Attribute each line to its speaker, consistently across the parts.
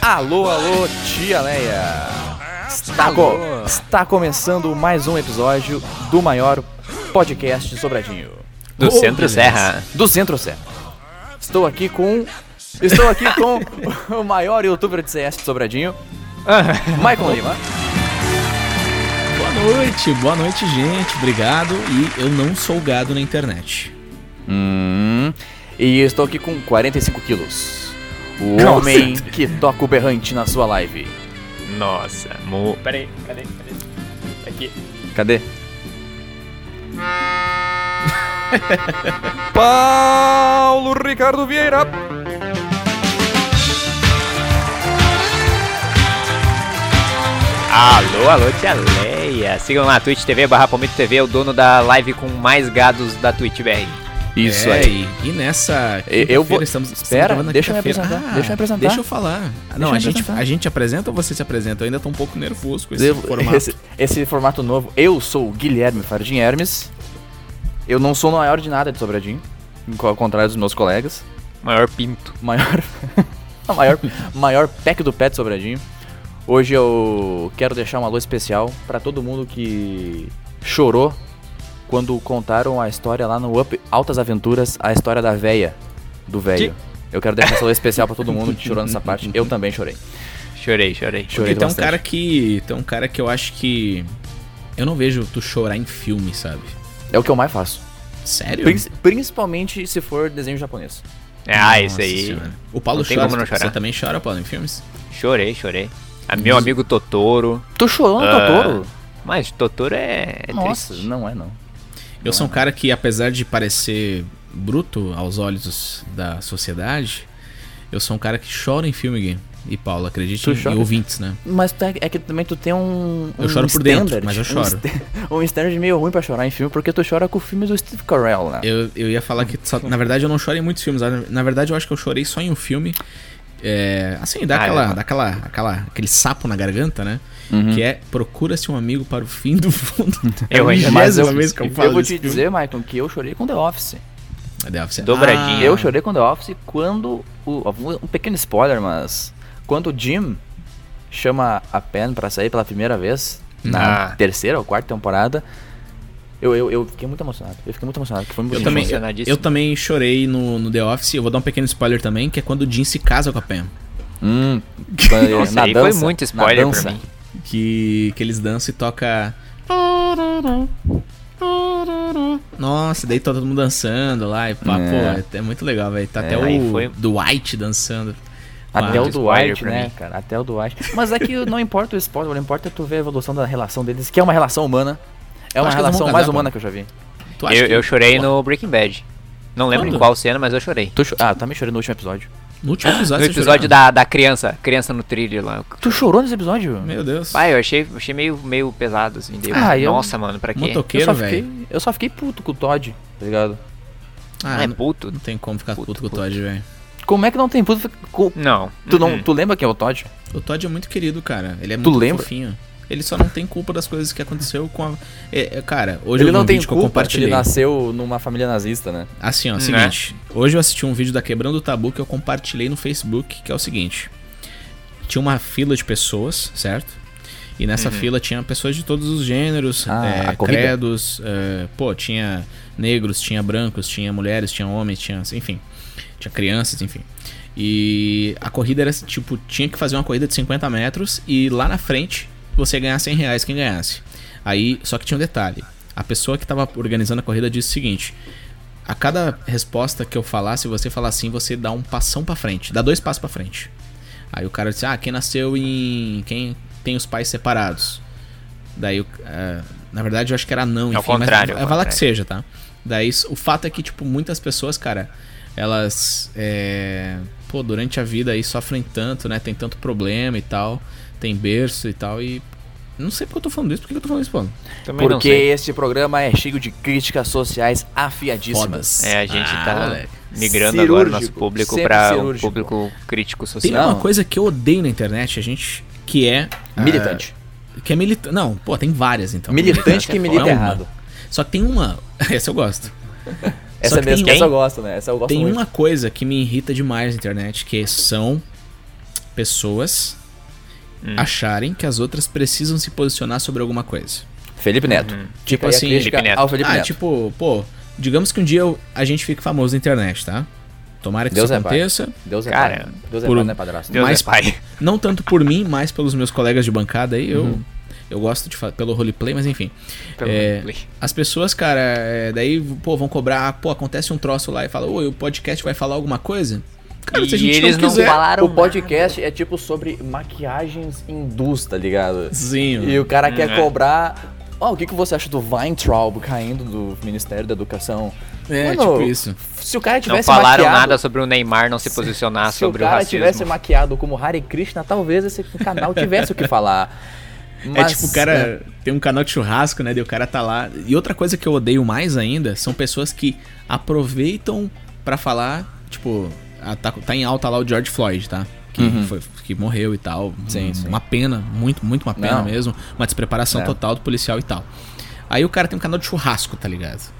Speaker 1: Alô, alô, tia Leia! Está, co- está começando mais um episódio do maior podcast de Sobradinho.
Speaker 2: Do
Speaker 1: Oh,
Speaker 2: Centro
Speaker 1: beleza.
Speaker 2: Serra.
Speaker 1: Do Centro Serra. Estou aqui com. Estou aqui com o maior youtuber de CS de Sobradinho, Michael Lima.
Speaker 3: Boa noite, boa noite, gente. Obrigado. E eu não sou gado na internet.
Speaker 1: Hum, e estou aqui com 45 quilos. O
Speaker 2: Nossa.
Speaker 1: homem que toca o berrante na sua live.
Speaker 2: Nossa, mo... Peraí, cadê? cadê? Aqui.
Speaker 1: Cadê? Paulo Ricardo Vieira.
Speaker 2: Alô, alô, tia Leia. Sigam lá, Twitch TV, barra Palmito TV, é o dono da live com mais gados da Twitch BR.
Speaker 1: Isso
Speaker 3: É,
Speaker 1: aí.
Speaker 3: E, e nessa.
Speaker 1: Eu
Speaker 3: quinta-feira
Speaker 1: vou-
Speaker 3: Estamos, estamos
Speaker 1: Espera,
Speaker 3: gravando na
Speaker 1: deixa eu me
Speaker 3: quinta-feira. Ah,
Speaker 1: apresentar, deixa eu me apresentar.
Speaker 3: Deixa eu falar. Ah, não,
Speaker 1: eu
Speaker 3: a gente,
Speaker 1: apresentar.
Speaker 3: a gente apresenta ou você se apresenta? Eu ainda tô um pouco nervoso com esse
Speaker 1: Eu-
Speaker 3: formato.
Speaker 1: Esse, esse formato novo. Eu sou o Guilherme Fardim Hermes. Eu não sou o maior de nada de Sobradinho, ao contrário dos meus colegas.
Speaker 2: Maior pinto.
Speaker 1: Maior, a maior, maior pack do pé de Sobradinho. Hoje eu quero deixar um alô especial pra todo mundo que chorou quando contaram a história lá no Up Altas Aventuras, a história da véia, do velho. Eu quero deixar esse alô especial pra todo mundo que chorou nessa parte. Eu também chorei.
Speaker 2: Chorei, chorei.
Speaker 1: Chorei
Speaker 3: Porque tem um
Speaker 1: bastante.
Speaker 3: cara que. Tem um cara que eu acho que. Eu não vejo tu chorar em filme, sabe?
Speaker 1: É o que eu mais faço.
Speaker 2: É
Speaker 3: Sério?
Speaker 1: Princi- principalmente se for desenho japonês.
Speaker 2: Ah,
Speaker 3: Nossa
Speaker 2: isso aí.
Speaker 3: Senhora. O Paulo
Speaker 2: Não tem
Speaker 3: chora.
Speaker 2: como não
Speaker 3: você- Você
Speaker 2: chorar.
Speaker 3: também chora, Paulo, em filmes?
Speaker 2: Chorei, chorei. A meu amigo Totoro.
Speaker 1: Tu chorou no Totoro?
Speaker 2: Mas Totoro Ah. é, é
Speaker 1: Nossa,
Speaker 2: triste.
Speaker 1: não é não.
Speaker 3: Eu sou um cara que, apesar de parecer bruto aos olhos da sociedade, eu sou um cara que chora em filme, Gui. E Paulo, acredite,
Speaker 1: Tu
Speaker 3: em-
Speaker 1: chora?
Speaker 3: e ouvintes, né?
Speaker 1: Mas tu é, é que também tu tem um.
Speaker 3: Eu
Speaker 1: um
Speaker 3: choro por
Speaker 1: standard,
Speaker 3: dentro, mas eu
Speaker 1: um
Speaker 3: choro.
Speaker 1: sta- Um, standard meio ruim pra chorar em filme, porque tu chora com o filme do Steve Carell, né?
Speaker 3: Eu, eu ia falar que, só- na verdade, eu não choro em muitos filmes. Na- Na verdade, eu acho que eu chorei só em um filme. É, assim, dá,
Speaker 2: Ah,
Speaker 3: aquela,
Speaker 2: é.
Speaker 3: dá aquela, aquela, aquele sapo na garganta, né? Que é Procura-se um amigo para o fim do É fundo.
Speaker 2: Eu ainda-
Speaker 1: É, Mas eu,
Speaker 3: Mesma vez que eu
Speaker 1: eu
Speaker 3: falo
Speaker 1: vou
Speaker 3: desse
Speaker 1: te
Speaker 3: filme. É,
Speaker 1: dizer, Michael, que eu chorei com The Office.
Speaker 3: Deve ser.
Speaker 2: Dobradinha.
Speaker 1: Eu chorei com The Office quando. O, ó, um pequeno spoiler, mas. Quando o Jim chama a Pen pra sair pela primeira vez, na
Speaker 2: Ah.
Speaker 1: terceira ou quarta temporada, eu, eu, eu fiquei muito emocionado. Eu fiquei muito emocionado. Que foi muito
Speaker 3: Eu
Speaker 1: bonito.
Speaker 3: também, eu,
Speaker 2: emocionadíssimo.
Speaker 3: também chorei no, no The Office. Eu vou dar um pequeno spoiler também, que é quando o Jim se casa com a Pam.
Speaker 1: Hum,
Speaker 2: Nossa,
Speaker 1: na
Speaker 2: aí
Speaker 1: dança,
Speaker 2: foi muito
Speaker 1: na
Speaker 2: spoiler pra
Speaker 1: dança.
Speaker 2: mim.
Speaker 3: que, que eles dançam e toca. Nossa, daí tá todo mundo dançando lá e pá,
Speaker 1: É.
Speaker 3: pô, é muito legal, velho. Tá até
Speaker 2: aí
Speaker 3: o
Speaker 2: foi-
Speaker 1: um-
Speaker 3: Dwight dançando.
Speaker 1: Até
Speaker 3: Ah,
Speaker 1: o
Speaker 2: muito spoiler
Speaker 1: Dwight,
Speaker 2: pra
Speaker 1: né,
Speaker 2: mim.
Speaker 1: cara? Até o Dwight. Mas é que não importa o spoiler, o importa é tu ver a evolução da relação deles, que é uma relação humana. É
Speaker 3: Eu
Speaker 1: uma
Speaker 3: acho que eles
Speaker 1: relação
Speaker 3: vão casar,
Speaker 1: mais
Speaker 3: pô.
Speaker 1: humana que eu já vi.
Speaker 3: Tu acha
Speaker 2: Eu,
Speaker 3: que-
Speaker 2: eu chorei no Breaking Bad. Não lembro
Speaker 3: Quando?
Speaker 2: em qual cena, mas eu chorei.
Speaker 1: Tu cho- Ah, tá me chorando no último episódio.
Speaker 3: No último
Speaker 2: No
Speaker 3: episódio, você
Speaker 2: episódio
Speaker 3: chorou?
Speaker 2: da, da criança, criança no trilho lá.
Speaker 1: Tu chorou nesse episódio?
Speaker 3: Meu Deus.
Speaker 2: Pai, eu achei, achei meio, meio pesado, assim. Deu.
Speaker 1: Ah, eu-
Speaker 2: Nossa, mano, pra quê?
Speaker 1: eu, só
Speaker 3: Motoqueiro,
Speaker 1: fiquei...
Speaker 3: velho.
Speaker 1: eu só fiquei puto com o Todd, tá ligado?
Speaker 2: Ah,
Speaker 3: Ah,
Speaker 2: é
Speaker 3: não,
Speaker 2: puto?
Speaker 3: não tem como ficar
Speaker 2: Puto,
Speaker 3: puto, com o
Speaker 2: puto.
Speaker 3: Todd, velho.
Speaker 1: Como é que não tem puto? com-
Speaker 2: Não.
Speaker 1: Tu, não...
Speaker 2: Uhum.
Speaker 1: tu lembra quem é o Todd?
Speaker 3: O Todd é muito querido, cara. Ele é
Speaker 1: Tu
Speaker 3: muito
Speaker 1: lembra?
Speaker 3: fofinho. Ele só não tem culpa das coisas que aconteceu com a. É, é, cara,
Speaker 1: ele
Speaker 3: hoje eu vi
Speaker 1: não
Speaker 3: um
Speaker 1: tem
Speaker 3: vídeo que eu
Speaker 1: culpa, ele
Speaker 3: compartilhei.
Speaker 1: nasceu numa família nazista, né?
Speaker 3: Assim, ó,
Speaker 2: Né?
Speaker 3: seguinte. Hoje eu assisti um vídeo da Quebrando o Tabu que eu compartilhei no Facebook, que é o seguinte. Tinha uma fila de pessoas, certo? E nessa fila tinha pessoas de todos os gêneros,
Speaker 1: Ah,
Speaker 3: é,
Speaker 1: a corrida.
Speaker 3: credos, é, pô, tinha negros, tinha brancos, tinha mulheres, tinha homens, tinha, enfim, tinha crianças, enfim. E a corrida era tipo, tinha que fazer uma corrida de 50 metros e lá na frente você ia ganhar 100 reais quem ganhasse. Aí, só que tinha um detalhe. A pessoa que tava organizando a corrida disse o seguinte: a cada resposta que eu falar, se você falar sim, você dá um passão pra frente, dá dois passos pra frente. Aí o cara disse: "Ah, quem nasceu em quem tem os pais separados". Daí o- ah, na verdade eu acho que era não, enfim,
Speaker 2: É o contrário,
Speaker 3: mas
Speaker 2: é o
Speaker 3: vai lá que
Speaker 2: contrário.
Speaker 3: seja, tá? Daí s- o fato é que tipo muitas pessoas, cara, elas é, pô, durante a vida aí sofrem tanto, né? Tem tanto problema e tal, tem berço e tal e não sei porque eu tô falando isso, por que eu tô falando isso, pô?
Speaker 2: Também não
Speaker 1: Porque
Speaker 2: sei.
Speaker 1: este programa é cheio de críticas sociais afiadíssimas.
Speaker 3: Foda-se.
Speaker 2: É, a gente
Speaker 3: Ah,
Speaker 2: tá
Speaker 3: moleque.
Speaker 2: migrando
Speaker 1: Cirúrgico,
Speaker 2: agora o nosso público
Speaker 1: sempre
Speaker 2: pra um
Speaker 1: cirúrgico.
Speaker 2: público crítico
Speaker 3: Tem
Speaker 2: social.
Speaker 1: Não.
Speaker 3: uma coisa que eu odeio na internet, a gente, que é. ah,
Speaker 1: Militante.
Speaker 3: que é militante. Não, pô, tem várias então.
Speaker 1: Militante que
Speaker 2: Não é
Speaker 1: milita
Speaker 3: uma.
Speaker 1: errado.
Speaker 3: Só que tem uma. Essa eu gosto.
Speaker 1: Essa
Speaker 3: Só
Speaker 1: é
Speaker 3: que
Speaker 1: mesmo,
Speaker 3: tem-
Speaker 1: essa eu gosto, né? Essa eu gosto
Speaker 3: Tem
Speaker 1: muito.
Speaker 3: uma coisa que me irrita demais na internet, que são pessoas acharem que as outras precisam se posicionar sobre alguma coisa.
Speaker 1: Felipe Neto. Fica
Speaker 2: é
Speaker 3: Tipo
Speaker 1: aí a
Speaker 3: assim,
Speaker 1: crítica
Speaker 2: Felipe Neto.
Speaker 1: ao Felipe
Speaker 3: ah,
Speaker 1: Neto.
Speaker 3: tipo, pô, digamos que um dia eu- a gente fique famoso na internet, tá? Tomara que
Speaker 1: Deus
Speaker 3: isso
Speaker 1: é pai.
Speaker 3: aconteça.
Speaker 1: Deus é
Speaker 2: Cara,
Speaker 1: pai. Deus é
Speaker 3: por
Speaker 1: pai,
Speaker 3: um-
Speaker 1: né, padrasto?
Speaker 2: Deus
Speaker 3: Mas-
Speaker 2: é pai.
Speaker 3: Não tanto por mim, mas pelos meus colegas de bancada aí. Eu, eu gosto de fa- pelo roleplay, mas enfim.
Speaker 2: Uhum. Pelo
Speaker 3: É,
Speaker 2: gameplay.
Speaker 3: As pessoas, cara, é, daí, pô, vão cobrar. Pô, acontece um troço lá e fala, ô, o podcast vai falar alguma coisa? Cara, se a
Speaker 2: E
Speaker 3: gente
Speaker 2: eles
Speaker 3: não
Speaker 2: não
Speaker 3: quiser.
Speaker 2: falaram.
Speaker 1: O podcast é tipo sobre maquiagens hindus, tá ligado?
Speaker 3: Zinho.
Speaker 1: E o cara quer
Speaker 2: é.
Speaker 1: cobrar. Ó, o que, que você acha do Weintraub caindo do Ministério da Educação?
Speaker 3: É,
Speaker 1: Mano,
Speaker 3: tipo isso.
Speaker 1: Se o cara
Speaker 2: Não
Speaker 1: tivesse
Speaker 2: falaram
Speaker 1: maquiado,
Speaker 2: nada sobre o Neymar não se posicionar
Speaker 1: se
Speaker 2: sobre
Speaker 1: o
Speaker 2: o,
Speaker 1: cara
Speaker 2: racismo.
Speaker 1: tivesse maquiado como Hare Krishna, talvez esse canal tivesse o que falar.
Speaker 3: É
Speaker 1: Mas, é.
Speaker 3: tipo, o cara tem um canal de churrasco, né? Daí o cara tá lá. E outra coisa que eu odeio mais ainda são pessoas que aproveitam pra falar, tipo, ah, tá, tá em alta lá o George Floyd, tá? Que, foi, que morreu e tal.
Speaker 1: Uhum. Sim,
Speaker 3: Um-
Speaker 1: sim.
Speaker 3: Uma pena, muito, muito uma pena
Speaker 1: Não.
Speaker 3: mesmo. Uma despreparação
Speaker 1: É.
Speaker 3: total do policial e tal. Aí o cara tem um canal de churrasco, tá ligado?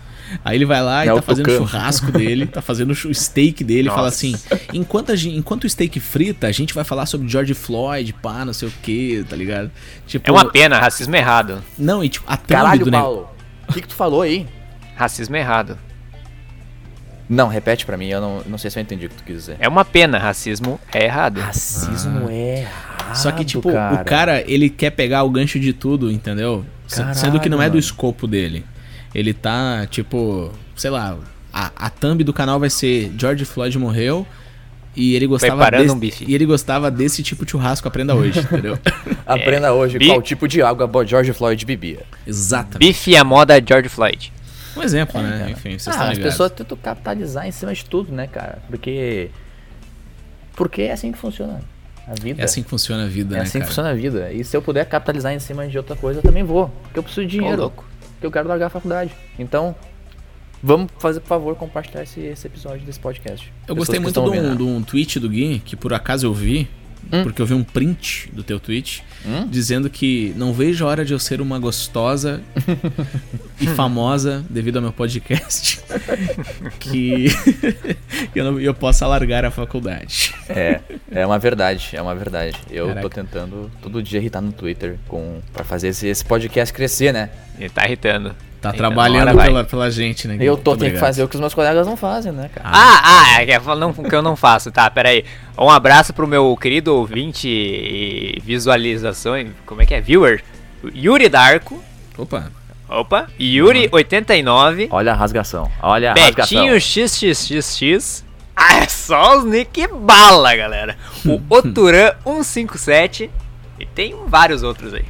Speaker 3: Aí ele vai lá e
Speaker 1: É o
Speaker 3: tá fazendo
Speaker 1: Tucano.
Speaker 3: churrasco dele, tá fazendo o chu- o steak dele,
Speaker 2: Nossa.
Speaker 3: fala assim: enquanto, a gen- enquanto o steak frita, a gente vai falar sobre George Floyd, pá, não sei o que, tá ligado? Tipo,
Speaker 2: É uma pena, racismo errado.
Speaker 3: não, e tipo, a thumb
Speaker 1: Caralho,
Speaker 3: do nego-
Speaker 1: Paulo. O que, que tu falou aí?
Speaker 2: Racismo é errado.
Speaker 1: Não, repete pra mim, eu não, não sei se eu entendi o que tu quis dizer.
Speaker 2: É uma pena, racismo é errado.
Speaker 1: Racismo é errado,
Speaker 3: Só que, tipo, o cara, ele quer pegar o gancho de tudo, entendeu? S-
Speaker 1: Caralho,
Speaker 3: Sendo que não é do
Speaker 1: mano.
Speaker 3: escopo dele. Ele tá, tipo, sei lá, a, a thumb do canal vai ser George Floyd morreu e ele gostava
Speaker 2: Preparando
Speaker 3: desse,
Speaker 2: um bife.
Speaker 3: E ele gostava desse tipo de churrasco, aprenda hoje, entendeu?
Speaker 1: Aprenda hoje
Speaker 2: Bi-
Speaker 1: qual tipo de água Bo- George Floyd bebia.
Speaker 3: Exatamente.
Speaker 2: Bife à moda George Floyd.
Speaker 3: Um exemplo, né?
Speaker 1: cara.
Speaker 3: Enfim, vocês
Speaker 1: Ah,
Speaker 3: estão
Speaker 1: as
Speaker 3: ligados.
Speaker 1: pessoas tentam capitalizar em cima de tudo, né, cara? Porque. Porque é assim que funciona a vida.
Speaker 3: É assim que funciona a vida,
Speaker 1: É
Speaker 3: né,
Speaker 1: assim que
Speaker 3: cara?
Speaker 1: funciona a vida. E se eu puder capitalizar em cima de outra coisa, eu também vou. Porque eu preciso de dinheiro.
Speaker 2: Ô, louco.
Speaker 1: Porque eu quero largar a faculdade. Então, vamos fazer, por favor, compartilhar esse, esse episódio desse podcast.
Speaker 3: Eu
Speaker 1: Pessoas
Speaker 3: gostei
Speaker 1: que
Speaker 3: muito
Speaker 1: estão
Speaker 3: de
Speaker 1: ouvindo, Hum?
Speaker 3: um,
Speaker 1: né?
Speaker 3: de um tweet do Gui, que por acaso eu vi, porque eu vi um print do teu tweet,
Speaker 1: Hum?
Speaker 3: dizendo que não vejo a hora de eu ser uma gostosa e famosa devido ao meu podcast, que eu, não, eu possa largar a faculdade.
Speaker 1: É, é uma verdade, é uma verdade. Eu
Speaker 3: Caraca.
Speaker 1: tô tentando todo dia irritar no Twitter com para fazer esse, esse podcast crescer, né?
Speaker 2: Ele tá irritando.
Speaker 3: Tá
Speaker 2: Então,
Speaker 3: trabalhando
Speaker 2: agora vai.
Speaker 3: pela, pela gente, né? Gui?
Speaker 1: Eu tô
Speaker 3: Muito
Speaker 1: tendo que
Speaker 3: obrigado.
Speaker 1: fazer o que os meus colegas não fazem, né, cara?
Speaker 2: Ah, ah, é que eu não- que eu não faço, tá? Pera aí. Um abraço pro meu querido ouvinte e visualizações. Como é que é? Viewer? Yuri Darko.
Speaker 3: Opa,
Speaker 2: Opa. Yuri89.
Speaker 1: Olha a rasgação, olha Uhum. a
Speaker 2: Betinho
Speaker 1: rasgação.
Speaker 2: XXXX. Ah, é só os nick bala, galera. O Oturan157. E tem vários outros aí.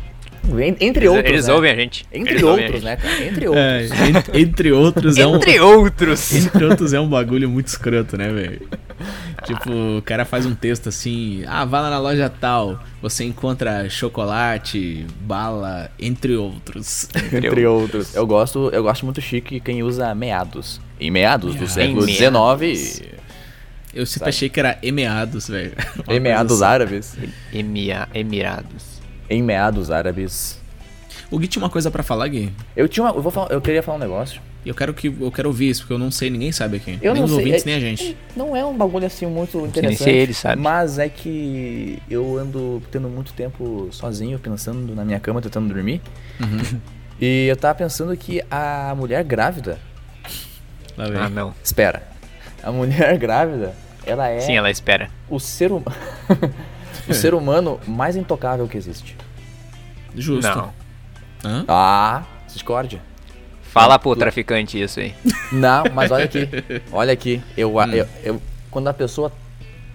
Speaker 1: En- Entre
Speaker 2: Eles,
Speaker 1: outros,
Speaker 2: eles
Speaker 1: né?
Speaker 2: ouvem a gente.
Speaker 1: Entre
Speaker 2: Eles ouvem a
Speaker 1: outros, né,
Speaker 2: gente.
Speaker 1: cara? Entre outros.
Speaker 3: é, en- entre outros é um...
Speaker 2: Entre outros.
Speaker 3: Entre outros é um bagulho muito escroto, né, velho? Tipo, o cara faz um texto assim, ah, vá lá na loja tal, você encontra chocolate, bala, entre outros.
Speaker 1: Entre outros. Eu gosto, eu gosto muito chique quem usa meados. Em meados do
Speaker 3: Meados.
Speaker 1: século
Speaker 2: Em
Speaker 1: XIX,
Speaker 3: Eu sempre
Speaker 1: Sabe?
Speaker 3: achei que era emeados, velho. Uma
Speaker 1: em
Speaker 3: coisa
Speaker 1: meados
Speaker 3: assim.
Speaker 1: árabes.
Speaker 2: Emia, Emirados.
Speaker 1: Em meados árabes.
Speaker 3: O assim. Gui tinha uma coisa pra falar, Gui.
Speaker 1: Eu tinha uma, eu, vou falar- eu queria falar um negócio.
Speaker 3: E eu quero que eu quero ouvir isso, porque eu não sei, ninguém sabe aqui.
Speaker 1: Eu
Speaker 3: nem
Speaker 1: não
Speaker 3: os
Speaker 1: sei,
Speaker 3: ouvintes,
Speaker 1: é-
Speaker 3: nem a gente.
Speaker 1: Não é um bagulho assim muito
Speaker 2: nem
Speaker 1: interessante.
Speaker 2: se ele sabe.
Speaker 1: Mas é que eu ando tendo muito tempo sozinho, pensando na minha cama, tentando dormir.
Speaker 2: Uhum.
Speaker 1: E eu tava pensando que a mulher grávida.
Speaker 3: Lá vem.
Speaker 2: Ah, não.
Speaker 1: Espera. A mulher grávida, ela é
Speaker 2: Sim, ela É. espera.
Speaker 1: o ser hum- o ser humano mais intocável que existe.
Speaker 3: Justo.
Speaker 2: Não.
Speaker 3: Hã?
Speaker 1: Ah, discórdia.
Speaker 2: Fala pro traficante isso aí.
Speaker 1: Não, mas olha aqui. Olha aqui. Eu,
Speaker 3: Hum.
Speaker 1: a- eu, eu- quando a pessoa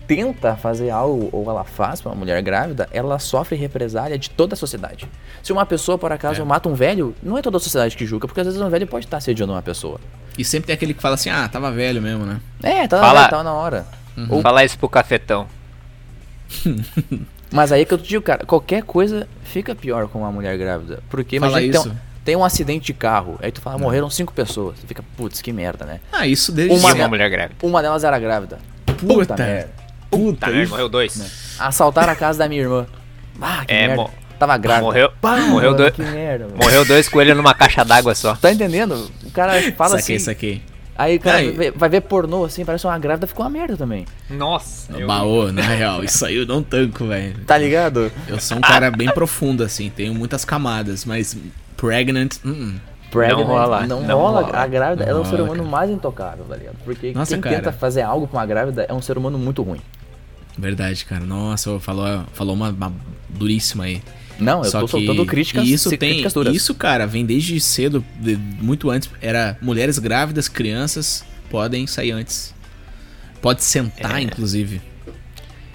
Speaker 1: tenta fazer algo ou ela faz pra uma mulher grávida, ela sofre represália de toda a sociedade. Se uma pessoa, por acaso, mata um velho, não é toda a sociedade que julga, porque às vezes um velho pode estar assediando uma pessoa.
Speaker 3: E sempre tem aquele que fala assim, ah, tava velho mesmo, né?
Speaker 1: É, tá,
Speaker 2: Fala.
Speaker 1: na- tá na hora. Ou-
Speaker 2: Falar isso pro cafetão.
Speaker 1: mas aí é que eu te digo, cara, qualquer coisa fica pior com uma mulher grávida. Porque
Speaker 3: Fala
Speaker 1: imagina que tem,
Speaker 3: isso.
Speaker 1: um, tem um acidente de carro, aí tu fala, "Ah, morreram cinco pessoas. Tu fica, putz, que merda, né?
Speaker 3: Ah, isso desde
Speaker 2: Uma,
Speaker 1: Uma-
Speaker 2: uma mulher grávida.
Speaker 1: Uma delas era grávida.
Speaker 3: Puta,
Speaker 1: merda.
Speaker 3: Puta,
Speaker 2: Tá,
Speaker 3: isso-
Speaker 2: morreu
Speaker 1: Né?
Speaker 2: dois.
Speaker 1: Assaltaram a casa da minha irmã. Ah, que
Speaker 2: É,
Speaker 1: merda.
Speaker 2: mo-
Speaker 1: Tava grávida.
Speaker 2: Morreu-
Speaker 1: Pá,
Speaker 2: morreu
Speaker 1: mano,
Speaker 2: dois-
Speaker 1: Que merda, mano.
Speaker 2: Morreu dois coelhos numa caixa d'água só.
Speaker 1: Tá entendendo? O cara fala
Speaker 3: Saquei,
Speaker 1: assim.
Speaker 3: saquei.
Speaker 1: Aí o cara
Speaker 3: Aí.
Speaker 1: vai ver- vai ver pornô assim, parece uma grávida, ficou uma merda também.
Speaker 2: Nossa. eu-
Speaker 3: Baô, na real, isso aí eu não tanco, velho.
Speaker 1: Tá ligado?
Speaker 3: Eu sou um cara bem profundo, assim, tenho muitas camadas, mas pregnant. hum,
Speaker 1: Pregnant
Speaker 2: Não rola,
Speaker 1: Não,
Speaker 2: não
Speaker 1: rola.
Speaker 2: rola.
Speaker 1: A grávida
Speaker 3: Não
Speaker 1: ela é um ser
Speaker 3: rola,
Speaker 1: humano
Speaker 3: cara.
Speaker 1: mais intocável, tá ligado? Porque
Speaker 3: Nossa,
Speaker 1: quem
Speaker 3: cara.
Speaker 1: tenta fazer algo pra uma grávida é um ser humano muito ruim.
Speaker 3: verdade, cara. Nossa, ô, falou, falou uma, uma duríssima aí.
Speaker 1: Não, eu
Speaker 3: Só
Speaker 1: tô
Speaker 3: que
Speaker 1: soltando críticas,
Speaker 3: e isso
Speaker 1: se-
Speaker 3: tem,
Speaker 1: críticas duras.
Speaker 3: Isso, cara, vem desde cedo, de- muito antes. Era mulheres grávidas, crianças podem sair antes. Pode
Speaker 1: É.
Speaker 3: sentar, inclusive.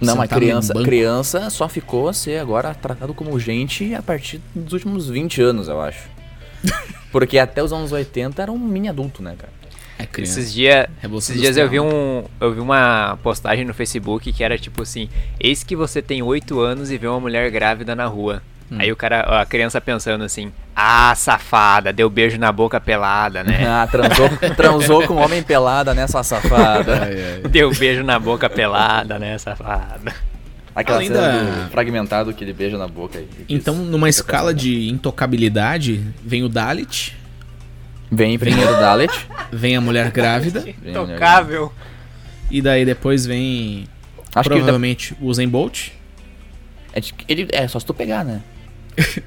Speaker 1: Não, mas
Speaker 3: sentar num
Speaker 1: criança,
Speaker 3: tá banco.
Speaker 1: criança só ficou a ser agora tratado como gente a partir dos últimos 20 anos, eu acho. Porque até os anos 80 era um mini adulto, né, cara?
Speaker 3: É criança.
Speaker 2: Esses, dia,
Speaker 3: Revolução
Speaker 2: esses dias eu vi,
Speaker 3: Industrial.
Speaker 2: um, eu vi uma postagem no Facebook que era tipo assim: Eis que você tem 8 anos e vê uma mulher grávida na rua.
Speaker 1: Hum.
Speaker 2: Aí o cara, a criança pensando assim: Ah, safada, deu beijo na boca pelada,
Speaker 3: É.
Speaker 2: né?
Speaker 1: Ah, transou, transou com um homem pelada nessa safada.
Speaker 3: Ai, ai.
Speaker 2: Deu beijo na boca pelada, né, safada?
Speaker 1: Aquela
Speaker 3: Além
Speaker 1: cena
Speaker 3: da-
Speaker 1: do fragmentado que ele beija na boca. aí.
Speaker 3: Então, numa escala de intocabilidade, vem o Dalit,
Speaker 1: Vem primeiro Dalet.
Speaker 3: vem a mulher grávida,
Speaker 1: vem-
Speaker 2: Tocável.
Speaker 3: e daí depois vem
Speaker 1: Acho que ele,
Speaker 3: provavelmente o Zen Bolt,
Speaker 1: é de- ele- é só se tu pegar, né?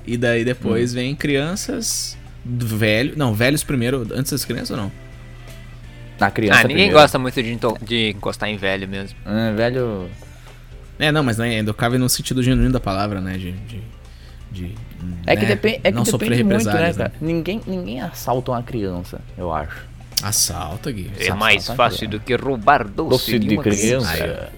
Speaker 3: e daí depois
Speaker 1: Hum.
Speaker 3: vem crianças, velho, não, velhos primeiro, antes das crianças ou não?
Speaker 1: Na criança
Speaker 2: Ah, ninguém
Speaker 1: primeiro.
Speaker 2: gosta muito de, into- de encostar em velho mesmo.
Speaker 1: Ah, velho.
Speaker 3: É, não, mas né, intocável no sentido genuíno da palavra, né, de... de, de,
Speaker 1: É que,
Speaker 3: né,
Speaker 1: depen- é que
Speaker 3: não sofrer
Speaker 1: depende muito, né,
Speaker 3: represálias,
Speaker 1: cara? Ninguém, ninguém assalta uma criança, eu acho.
Speaker 3: Assalta, Gui.
Speaker 2: É
Speaker 1: Safado,
Speaker 2: mais
Speaker 1: tá
Speaker 2: fácil
Speaker 1: ligado.
Speaker 2: do que roubar doce,
Speaker 1: Doce de
Speaker 2: uma
Speaker 1: criança. é.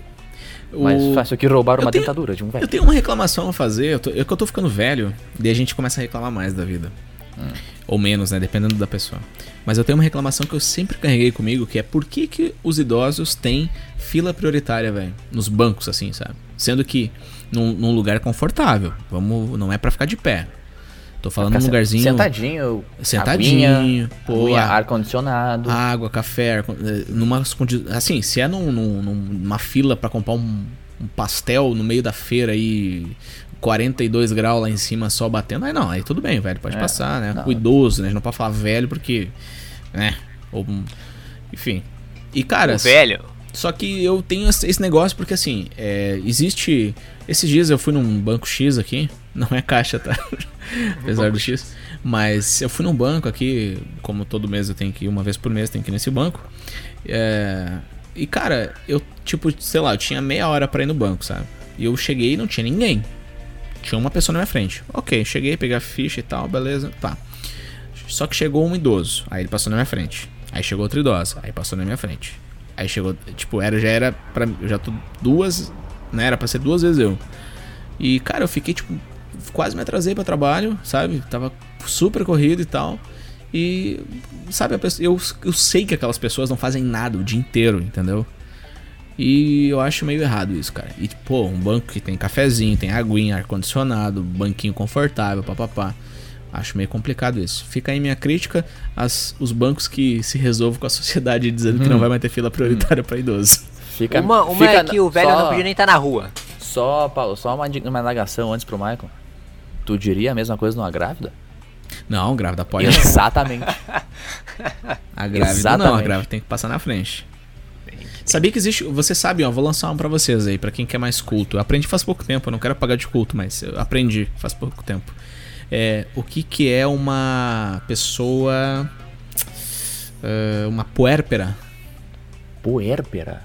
Speaker 3: O-
Speaker 1: Mais fácil que roubar
Speaker 3: Eu
Speaker 1: uma
Speaker 3: tenho-
Speaker 1: dentadura de um velho.
Speaker 3: Eu tenho uma reclamação a fazer, eu tô, é que eu tô ficando velho, daí a gente começa a reclamar mais da vida.
Speaker 1: Hum.
Speaker 3: Ou menos, né? Dependendo da pessoa. Mas eu tenho uma reclamação que eu sempre carreguei comigo, que é por que, que os idosos têm fila prioritária, velho? Nos bancos, assim, sabe? Sendo que num, num lugar confortável. Vamos, não é pra ficar de pé. Tô falando
Speaker 1: Ficar
Speaker 3: num
Speaker 1: sen-
Speaker 3: lugarzinho...
Speaker 1: um Sentadinho.
Speaker 3: Sentadinho,
Speaker 1: aguinha,
Speaker 3: pô, Ah,
Speaker 1: aguinha,
Speaker 3: a-
Speaker 1: ar-condicionado.
Speaker 3: Água, café, ar- eh, numa condi- assim, se é num- num- numa fila pra comprar um, um pastel no meio da feira aí 42 graus lá em cima só batendo, aí não, aí tudo bem, velho, pode
Speaker 1: É,
Speaker 3: passar, né?
Speaker 1: não.
Speaker 3: O idoso, né? A gente não pode falar velho porque, né? Ou, um- enfim. E cara,
Speaker 2: O velho.
Speaker 3: só que eu tenho esse esse negócio porque assim, é, existe. Esses dias eu fui num banco X aqui, não é caixa, tá? Apesar do X. Mas eu fui num banco aqui, como todo mês eu tenho que ir, uma vez por mês eu tenho que ir nesse banco. É, e cara, eu tipo, sei lá, eu tinha meia hora pra ir no banco, sabe? E eu cheguei e não tinha ninguém. Tinha uma pessoa na minha frente. Ok, cheguei, peguei a ficha e tal, beleza, tá. Só que chegou um idoso, aí ele passou na minha frente. Aí chegou outra idosa, aí passou na minha frente. Aí chegou, tipo, era já era para eu já tô duas, né, era pra ser duas vezes eu. E cara, eu fiquei tipo quase me atrasei pra trabalho, sabe? Tava super corrido e tal. E sabe, a pessoa- eu, eu sei que aquelas pessoas não fazem nada o dia inteiro, entendeu? E eu acho meio errado isso, cara. E, pô, um banco que tem cafezinho, tem aguinha, ar-condicionado, banquinho confortável, papapá. Acho meio complicado isso. Fica aí minha crítica aos os bancos que se resolvem com a sociedade dizendo que não vai mais ter fila prioritária pra idoso.
Speaker 1: Fica,
Speaker 2: uma uma
Speaker 1: fica
Speaker 2: é que o velho
Speaker 1: só,
Speaker 2: não podia nem estar na rua.
Speaker 1: Só, Paulo, só uma, di- uma indagação antes pro Michael. Tu diria a mesma coisa numa grávida?
Speaker 3: Não, grávida pode.
Speaker 1: Exatamente.
Speaker 3: A grávida não, a
Speaker 1: Exatamente.
Speaker 3: grávida tem que passar na frente. Sabia que existe. Você sabe, ó, vou lançar um pra vocês aí, pra quem quer mais culto. Eu aprendi faz pouco tempo, eu não quero pagar de culto, mas eu aprendi faz pouco tempo. É, o que que é uma pessoa. é, uma puérpera?
Speaker 1: Puérpera.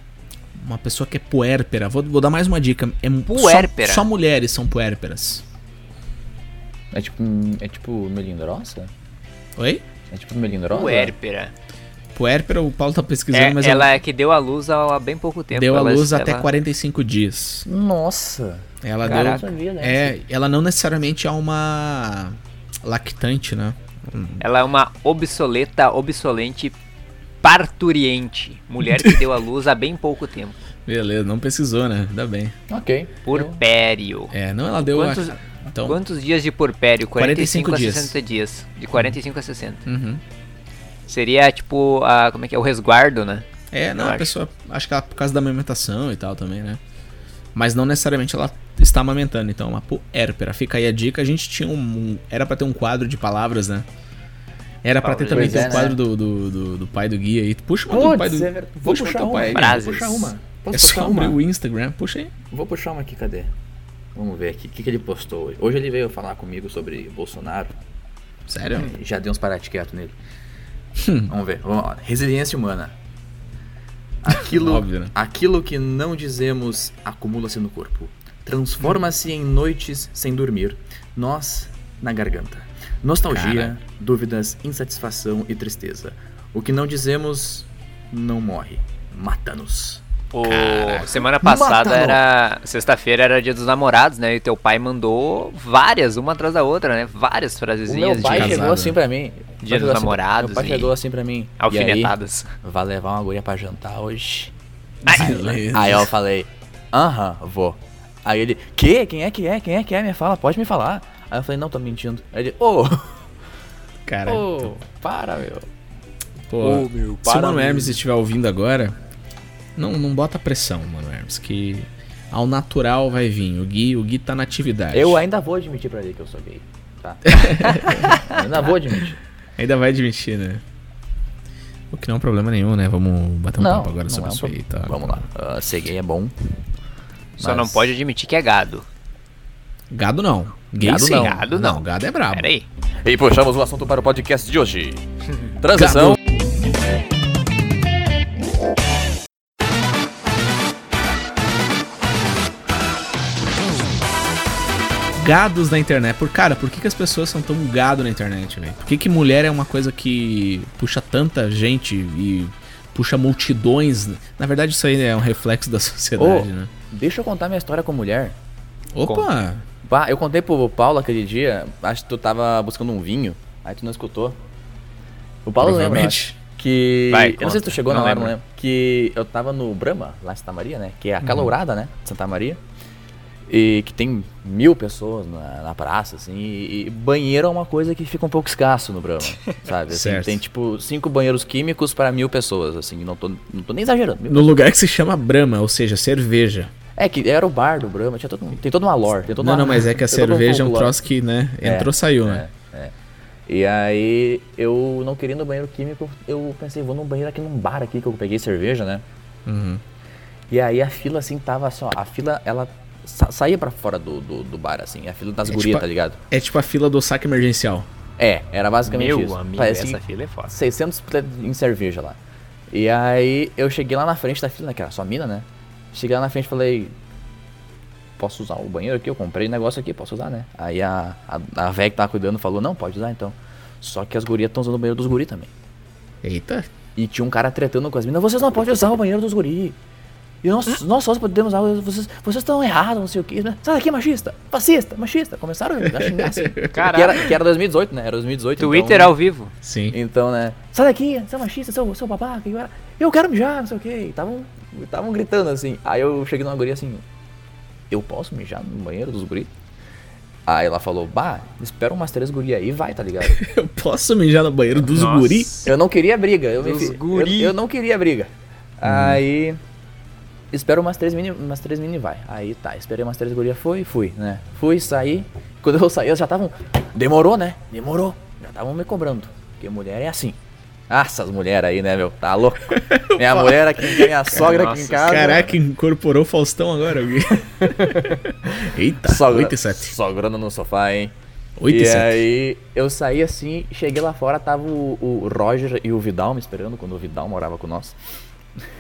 Speaker 3: Uma pessoa que é puérpera. Vou, vou dar mais uma dica. É só-
Speaker 2: Puérpera?
Speaker 3: Só, mulheres são puérperas.
Speaker 1: É tipo, um- é tipo melindrosa?
Speaker 3: Oi?
Speaker 1: É tipo melindrosa?
Speaker 2: Puérpera.
Speaker 3: Puérpera, o Paulo tá pesquisando,
Speaker 2: É,
Speaker 3: mas
Speaker 2: ela
Speaker 3: ela
Speaker 2: é que deu à luz há há bem pouco tempo.
Speaker 3: deu à
Speaker 2: ela, é-
Speaker 3: luz até
Speaker 2: ela-
Speaker 3: 45 dias.
Speaker 1: Nossa.
Speaker 3: Ela
Speaker 1: Caraca,
Speaker 3: deu
Speaker 1: eu sabia né? dessa.
Speaker 3: É, ela não necessariamente é uma lactante, né?
Speaker 2: Ela é uma obsoleta, obsolente parturiente. Mulher que deu à luz há bem pouco tempo.
Speaker 3: Beleza, não precisou, né? Ainda bem.
Speaker 1: Ok. Eu-
Speaker 2: Porpério.
Speaker 3: É, não, ela deu
Speaker 2: Quantos-
Speaker 3: a... Então,
Speaker 2: Quantos dias de porpério? 45,
Speaker 3: 45
Speaker 2: a
Speaker 3: dias.
Speaker 2: 60 dias. De 45 a 60.
Speaker 3: Uhum.
Speaker 2: Seria tipo a, como é que é? O resguardo, né?
Speaker 3: É, não,
Speaker 2: Eu
Speaker 3: a
Speaker 2: acho.
Speaker 3: pessoa... Acho que ela, por causa da amamentação e tal também, né? Mas não necessariamente ela está amamentando, então é uma puérpera. Fica aí a dica. A gente tinha um... um- Era pra ter um quadro de palavras, né? Era pra ter também
Speaker 1: Pois
Speaker 3: teu
Speaker 1: é, né?
Speaker 3: quadro do, do, do, do pai do guia aí. Puxa uma do pai
Speaker 1: Putz,
Speaker 3: do.
Speaker 1: é verdade. Vou
Speaker 3: puxa uma do
Speaker 1: puxar
Speaker 3: teu um pai.
Speaker 1: uma.
Speaker 3: aí.
Speaker 2: Frases.
Speaker 1: Vou puxar uma. Posso
Speaker 3: É só
Speaker 1: puxar uma?
Speaker 3: abrir o Instagram. Puxa aí.
Speaker 1: Vou puxar uma aqui, cadê? Vamos ver aqui. O que, que ele postou hoje? Hoje ele veio falar comigo sobre Bolsonaro.
Speaker 3: Sério?
Speaker 1: Já dei uns parate quieto nele. Hum, Vamos ver, vamos lá. Resiliência humana. Aquilo,
Speaker 3: Óbvio, né?
Speaker 1: aquilo que não dizemos acumula-se no corpo. Transforma-se em noites sem dormir. Nós na garganta. Nostalgia,
Speaker 3: Cara.
Speaker 1: dúvidas, insatisfação e tristeza. O que não dizemos não morre. Mata-nos.
Speaker 2: O- Semana passada
Speaker 1: Mataram.
Speaker 2: era. Sexta-feira era dia dos namorados, né? E teu pai mandou várias, uma atrás da outra, né? Várias frasezinhas de
Speaker 3: casado, né?
Speaker 1: assim pra mim.
Speaker 2: Dia dos
Speaker 1: Chegou assim-
Speaker 2: namorados
Speaker 1: Meu pai
Speaker 2: e-
Speaker 1: chegou assim pra mim. "E aí,
Speaker 2: alfinetadas.
Speaker 1: vai levar uma guria pra jantar hoje?
Speaker 3: Beleza.
Speaker 1: Aí eu falei, aham, vou. Aí ele, que? Quem é que é? Quem é que é? Me fala, pode me falar. Aí eu falei, não, tô mentindo. Aí ele, ô,
Speaker 3: Cara,
Speaker 1: ô, para, meu.
Speaker 3: pô.
Speaker 1: meu,
Speaker 3: se o Mano Hermes estiver ouvindo agora, não, não bota pressão, Mano Hermes, que ao natural vai vir. O Gui, o Gui tá na atividade.
Speaker 1: Eu ainda vou admitir pra ele que eu sou gay, tá? Eu ainda vou admitir.
Speaker 3: Ainda vai admitir, né? O que não é um problema nenhum, né? Vamos bater um
Speaker 1: não,
Speaker 3: papo agora
Speaker 1: não
Speaker 3: sobre
Speaker 1: é um
Speaker 3: isso
Speaker 1: pro-
Speaker 3: aí, tá?
Speaker 1: Vamos lá, Ah, ser gay é bom.
Speaker 2: Só não
Speaker 1: mas-
Speaker 2: pode admitir que é gado.
Speaker 3: Gado não. Gay
Speaker 1: Gado
Speaker 3: sim.
Speaker 1: não,
Speaker 2: gado não.
Speaker 3: Gado é brabo.
Speaker 2: Pera aí.
Speaker 1: E puxamos o assunto para o podcast de hoje. Transição.
Speaker 3: Gados na internet. Por, cara, por que, que as pessoas são tão gado na internet, velho? Por que, que mulher é uma coisa que puxa tanta gente e puxa multidões? Na verdade, isso aí é um reflexo da sociedade,
Speaker 1: Ô.
Speaker 3: né?
Speaker 1: Deixa eu contar minha história com mulher.
Speaker 3: Opa!
Speaker 1: Bah, eu contei pro Paulo aquele dia, acho que tu tava buscando um vinho, aí tu não escutou. O Paulo lembra, eu acho,
Speaker 3: Provavelmente.
Speaker 1: que...
Speaker 2: Vai,
Speaker 1: eu não sei se tu
Speaker 2: conta.
Speaker 1: chegou
Speaker 2: Não
Speaker 1: na hora, não
Speaker 2: lembro.
Speaker 1: lembro. Que eu tava no Brahma, lá em Santa Maria, né? Que é a
Speaker 2: Uhum.
Speaker 1: calourada, né? De Santa Maria. E que tem mil pessoas na, na praça, assim. E, e banheiro é uma coisa que fica um pouco escasso no Brahma, sabe? Assim,
Speaker 3: Certo.
Speaker 1: tem tipo cinco banheiros químicos para mil pessoas, assim. Não tô, não tô nem exagerando. mil
Speaker 3: No lugar que se chama Brahma, ou seja, cerveja.
Speaker 1: é que era o bar do Brahma, tinha todo, um, tem toda uma lore. Tem toda
Speaker 3: não,
Speaker 1: uma-
Speaker 3: não, mas é que a
Speaker 1: tem todo
Speaker 3: cerveja é um
Speaker 1: folclore.
Speaker 3: troço que, né?
Speaker 1: É,
Speaker 3: Entrou, saiu, né?
Speaker 1: E aí, eu não querendo no banheiro químico, eu pensei, vou num banheiro aqui num bar aqui que eu peguei cerveja, né?
Speaker 3: Uhum.
Speaker 1: E aí a fila assim tava assim, ó, a fila ela sa- saía pra fora do, do, do bar assim, a fila das
Speaker 3: É
Speaker 1: gurias,
Speaker 3: tipo a-
Speaker 1: tá ligado?
Speaker 3: É tipo a fila do saque emergencial.
Speaker 1: É, era basicamente
Speaker 2: Meu
Speaker 1: isso.
Speaker 2: amigo,
Speaker 1: Parece
Speaker 2: essa
Speaker 1: que
Speaker 2: fila é foda.
Speaker 1: 600 ple- em cerveja lá. E aí eu cheguei lá na frente da fila, né, que era só mina, né? Cheguei lá na frente e falei, posso usar o banheiro aqui? Eu comprei um negócio aqui, posso usar, né? Aí a, a, a véia que tava cuidando falou, não, pode usar então. Só que as gurias estão usando o banheiro dos guris também.
Speaker 3: Eita.
Speaker 1: E tinha um cara tretando com as minas, vocês não podem usar o banheiro dos guri. E nós, nós só podemos usar, vocês vocês estão errados, não sei o que. Sai daqui, machista, fascista, machista. Começaram a xingar assim.
Speaker 2: Caralho.
Speaker 1: Que era, que era 2018, né? Era 2018.
Speaker 2: Twitter
Speaker 1: então,
Speaker 2: ao vivo.
Speaker 3: Sim.
Speaker 1: Então, né? Sai daqui, seu machista, seu, seu babaca. Eu, era, eu quero mijar, não sei o que. Estavam estavam gritando assim. Aí eu cheguei numa guria assim, eu posso mijar no banheiro dos guri? Aí ela falou, bah, espera umas três gurias aí e vai, tá ligado?
Speaker 3: Eu posso mijar no banheiro dos
Speaker 2: Nossa.
Speaker 3: guri?
Speaker 1: Eu não queria briga. Eu, me
Speaker 2: Dos
Speaker 1: fi-
Speaker 2: guri.
Speaker 1: eu, eu não queria briga. Aí. Espero umas três mini, umas três mini vai. Aí tá, esperei umas três gurias, foi, fui, né? Fui, saí. Quando eu saí, elas já estavam. Demorou, né? Demorou. Já estavam me cobrando. Porque mulher é assim. Ah, essas mulheres aí, né, meu? Tá louco. Minha mulher aqui, minha sogra aqui em
Speaker 2: Nossa,
Speaker 1: casa.
Speaker 3: Caraca, incorporou o Faustão agora, Gui. Eita,
Speaker 1: Sogra,
Speaker 3: 8 e 7.
Speaker 1: Sogrando no sofá, hein?
Speaker 3: 8 e
Speaker 1: e
Speaker 3: 7.
Speaker 1: aí eu saí assim, cheguei lá fora, tava o, o Roger e o Vidal me esperando, quando o Vidal morava com nós.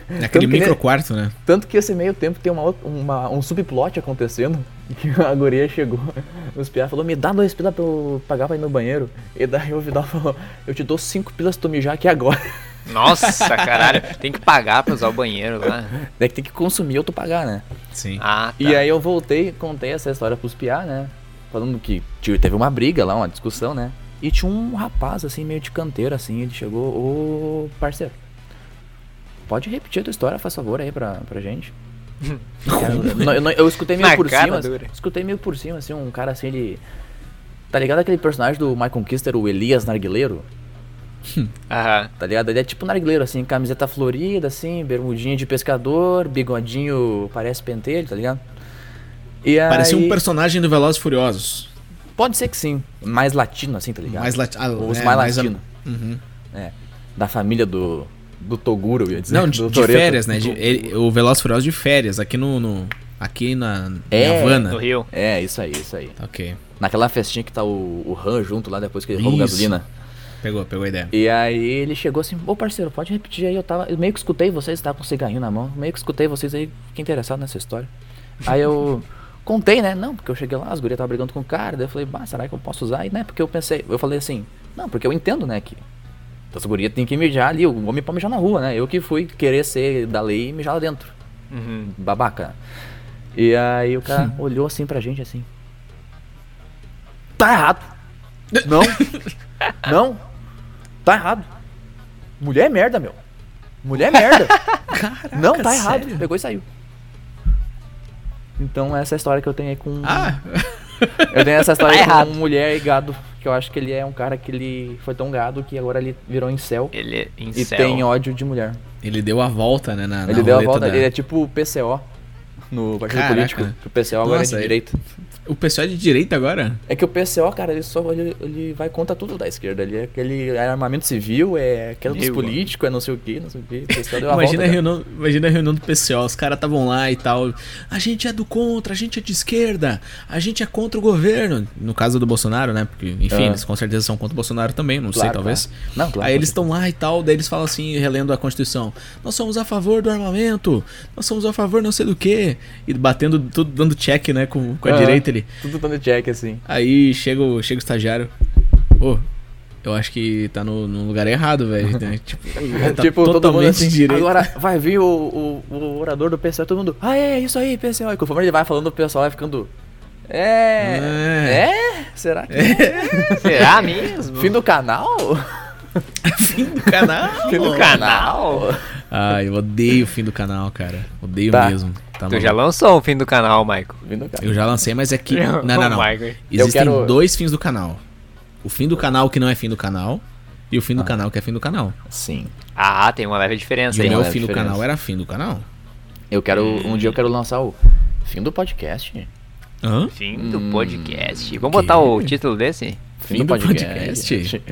Speaker 3: Naquele
Speaker 1: Tanto Então, que
Speaker 3: microquarto, né?
Speaker 1: Tanto que esse meio tempo tem uma, outra- uma- um subplot acontecendo, que a guria chegou nos piá e falou, me dá dois pilas pra eu pagar pra ir no banheiro. E daí o Vidal falou, eu te dou cinco pilas se tu mijar aqui agora.
Speaker 2: Nossa, caralho. Tem que pagar pra usar o banheiro lá.
Speaker 1: Daí que tem que consumir ou tu pagar, né?
Speaker 3: Sim.
Speaker 2: Ah, tá.
Speaker 1: E aí eu voltei, contei essa história pros piá, né? Falando que tio, teve uma briga lá, uma discussão, né? E tinha um rapaz, assim, meio de canteiro, assim, ele chegou, ô parceiro, pode repetir a tua história, faz favor aí pra, pra gente. Cara, eu- não- eu, não- eu escutei meio
Speaker 2: Na
Speaker 1: por
Speaker 2: cara
Speaker 1: cima. assim,
Speaker 2: dura.
Speaker 1: Escutei meio por cima, assim, um cara assim, ele. Tá ligado aquele personagem do My Conquister, o Elias Narguileiro?
Speaker 2: Aham.
Speaker 1: Tá ligado? Ele é tipo um narguileiro, assim, camiseta florida, assim, bermudinha de pescador, bigodinho, parece pentelho, tá ligado? E
Speaker 3: Parecia
Speaker 1: aí-
Speaker 3: um personagem do Velozes e Furiosos.
Speaker 1: Pode ser que sim. Mais latino, assim, tá ligado?
Speaker 3: Mais, lati ah,
Speaker 1: Os
Speaker 3: é,
Speaker 1: mais
Speaker 3: a-
Speaker 1: latino.
Speaker 3: Uhum.
Speaker 1: né, da família do, do Toguro, eu ia dizer.
Speaker 3: Não, de,
Speaker 1: do
Speaker 3: de
Speaker 1: Toretto.
Speaker 3: férias, né? De-
Speaker 1: Do-
Speaker 3: ele- o Veloz Furioso de férias, aqui no. no- aqui na,
Speaker 1: É,
Speaker 3: em Havana.
Speaker 2: No Rio.
Speaker 1: É, isso aí, isso aí.
Speaker 3: Tá, Ok.
Speaker 1: Naquela festinha que tá o, o Han junto lá depois que ele rouba
Speaker 3: Isso.
Speaker 1: gasolina.
Speaker 3: Pegou, pegou a ideia.
Speaker 1: E aí ele chegou assim, ô parceiro, pode repetir aí, eu tava. Eu meio que escutei vocês, tava com um cigarrinho na mão, meio que escutei vocês aí, fiquei interessado nessa história. Aí eu contei, né? Não, porque eu cheguei lá, as gurias estavam brigando com o cara, daí eu falei, bah, será que eu posso usar? E né, porque eu pensei, eu falei assim, não, porque eu entendo, né, que as gurias tem que mijar ali, o homem pode mijar na rua, né? Eu que fui querer ser da lei e mijar lá dentro.
Speaker 2: Uhum.
Speaker 1: Babaca. E aí o cara olhou assim pra gente assim. Tá errado. Não. Não. Tá errado. Mulher é merda, meu. Mulher é merda. Não, tá errado.
Speaker 3: sério?
Speaker 1: Pegou e saiu. Então essa é a história que eu tenho aí com.
Speaker 3: Ah!
Speaker 1: Eu tenho essa história
Speaker 2: Tá
Speaker 1: aí com
Speaker 2: errado.
Speaker 1: mulher e gado. Que eu acho que ele é um cara que ele foi tão gado que agora ele virou incel.
Speaker 2: Ele é em
Speaker 1: E tem ódio de mulher.
Speaker 3: Ele deu a volta, né? Na, na
Speaker 1: Ele deu a
Speaker 3: roleta
Speaker 1: volta,
Speaker 3: da-
Speaker 1: ele é tipo o PCO no Partido
Speaker 3: Caraca.
Speaker 1: Político. O PCO agora
Speaker 3: Nossa,
Speaker 1: é de
Speaker 3: ele-
Speaker 1: direita.
Speaker 3: O pessoal é de direita agora?
Speaker 1: É que o PCO, cara, ele só ele, ele vai contra tudo da esquerda. Ele é aquele é armamento civil, é queda dos
Speaker 2: Meu
Speaker 1: políticos, é não sei o que, não sei o que. O PCO deu a
Speaker 3: Imagina a,
Speaker 1: volta. cara.
Speaker 3: reunião, imagina a reunião do PCO, os caras estavam lá e tal. A gente é do contra, a gente é de esquerda, a gente é contra o governo. No caso do Bolsonaro, né? Porque, enfim,
Speaker 1: Ah.
Speaker 3: eles com certeza são contra o Bolsonaro também, não sei,
Speaker 1: Claro,
Speaker 3: talvez.
Speaker 1: claro. Não, claro.
Speaker 3: Aí eles estão lá e tal, daí eles falam assim, relendo a Constituição: Nós somos a favor do armamento, nós somos a favor não sei do que. E batendo tudo, dando check, né? Com, com a
Speaker 1: Ah.
Speaker 3: direita ali.
Speaker 1: Tudo dando check, assim.
Speaker 3: Aí chega o, chega o estagiário. Ô, eu acho que tá no, no lugar errado, velho. né? Tipo, tá
Speaker 1: tipo, todo mundo
Speaker 3: totalmente
Speaker 1: assim,
Speaker 3: direito.
Speaker 1: Agora vai vir o, o, o orador do PCO, todo mundo, ah, é, isso aí, PCO. E conforme ele vai falando, o pessoal vai ficando, é,
Speaker 3: É.
Speaker 1: é, será que é?
Speaker 2: Será mesmo?
Speaker 1: Fim do canal?
Speaker 3: fim do canal.
Speaker 1: Fim do
Speaker 2: canal?
Speaker 3: Ai, eu odeio o fim do canal, cara. Odeio
Speaker 1: Tá.
Speaker 3: mesmo. Tá
Speaker 2: Tu
Speaker 3: maluco.
Speaker 2: já lançou o fim do canal, Michael.
Speaker 1: Fim do canal.
Speaker 3: Eu já lancei, mas é que. Não, não, não.
Speaker 2: Michael.
Speaker 1: Eu
Speaker 3: Existem
Speaker 1: quero-
Speaker 3: dois fins do canal: o fim do canal que não é fim do canal, e o fim
Speaker 1: Ah.
Speaker 3: do canal que é fim do canal.
Speaker 1: Sim.
Speaker 2: Ah, tem uma leve diferença
Speaker 3: E o
Speaker 1: Tem
Speaker 2: aí.
Speaker 3: meu
Speaker 1: uma
Speaker 3: fim do
Speaker 1: é diferença.
Speaker 3: canal era fim do canal.
Speaker 1: Eu quero,
Speaker 3: É.
Speaker 1: um dia eu quero lançar o fim do podcast.
Speaker 3: Hã?
Speaker 2: Fim do
Speaker 1: Hum.
Speaker 2: podcast. Vamos botar o título desse?
Speaker 1: Fim,
Speaker 3: Fim
Speaker 1: do
Speaker 3: do
Speaker 1: podcast.
Speaker 3: podcast?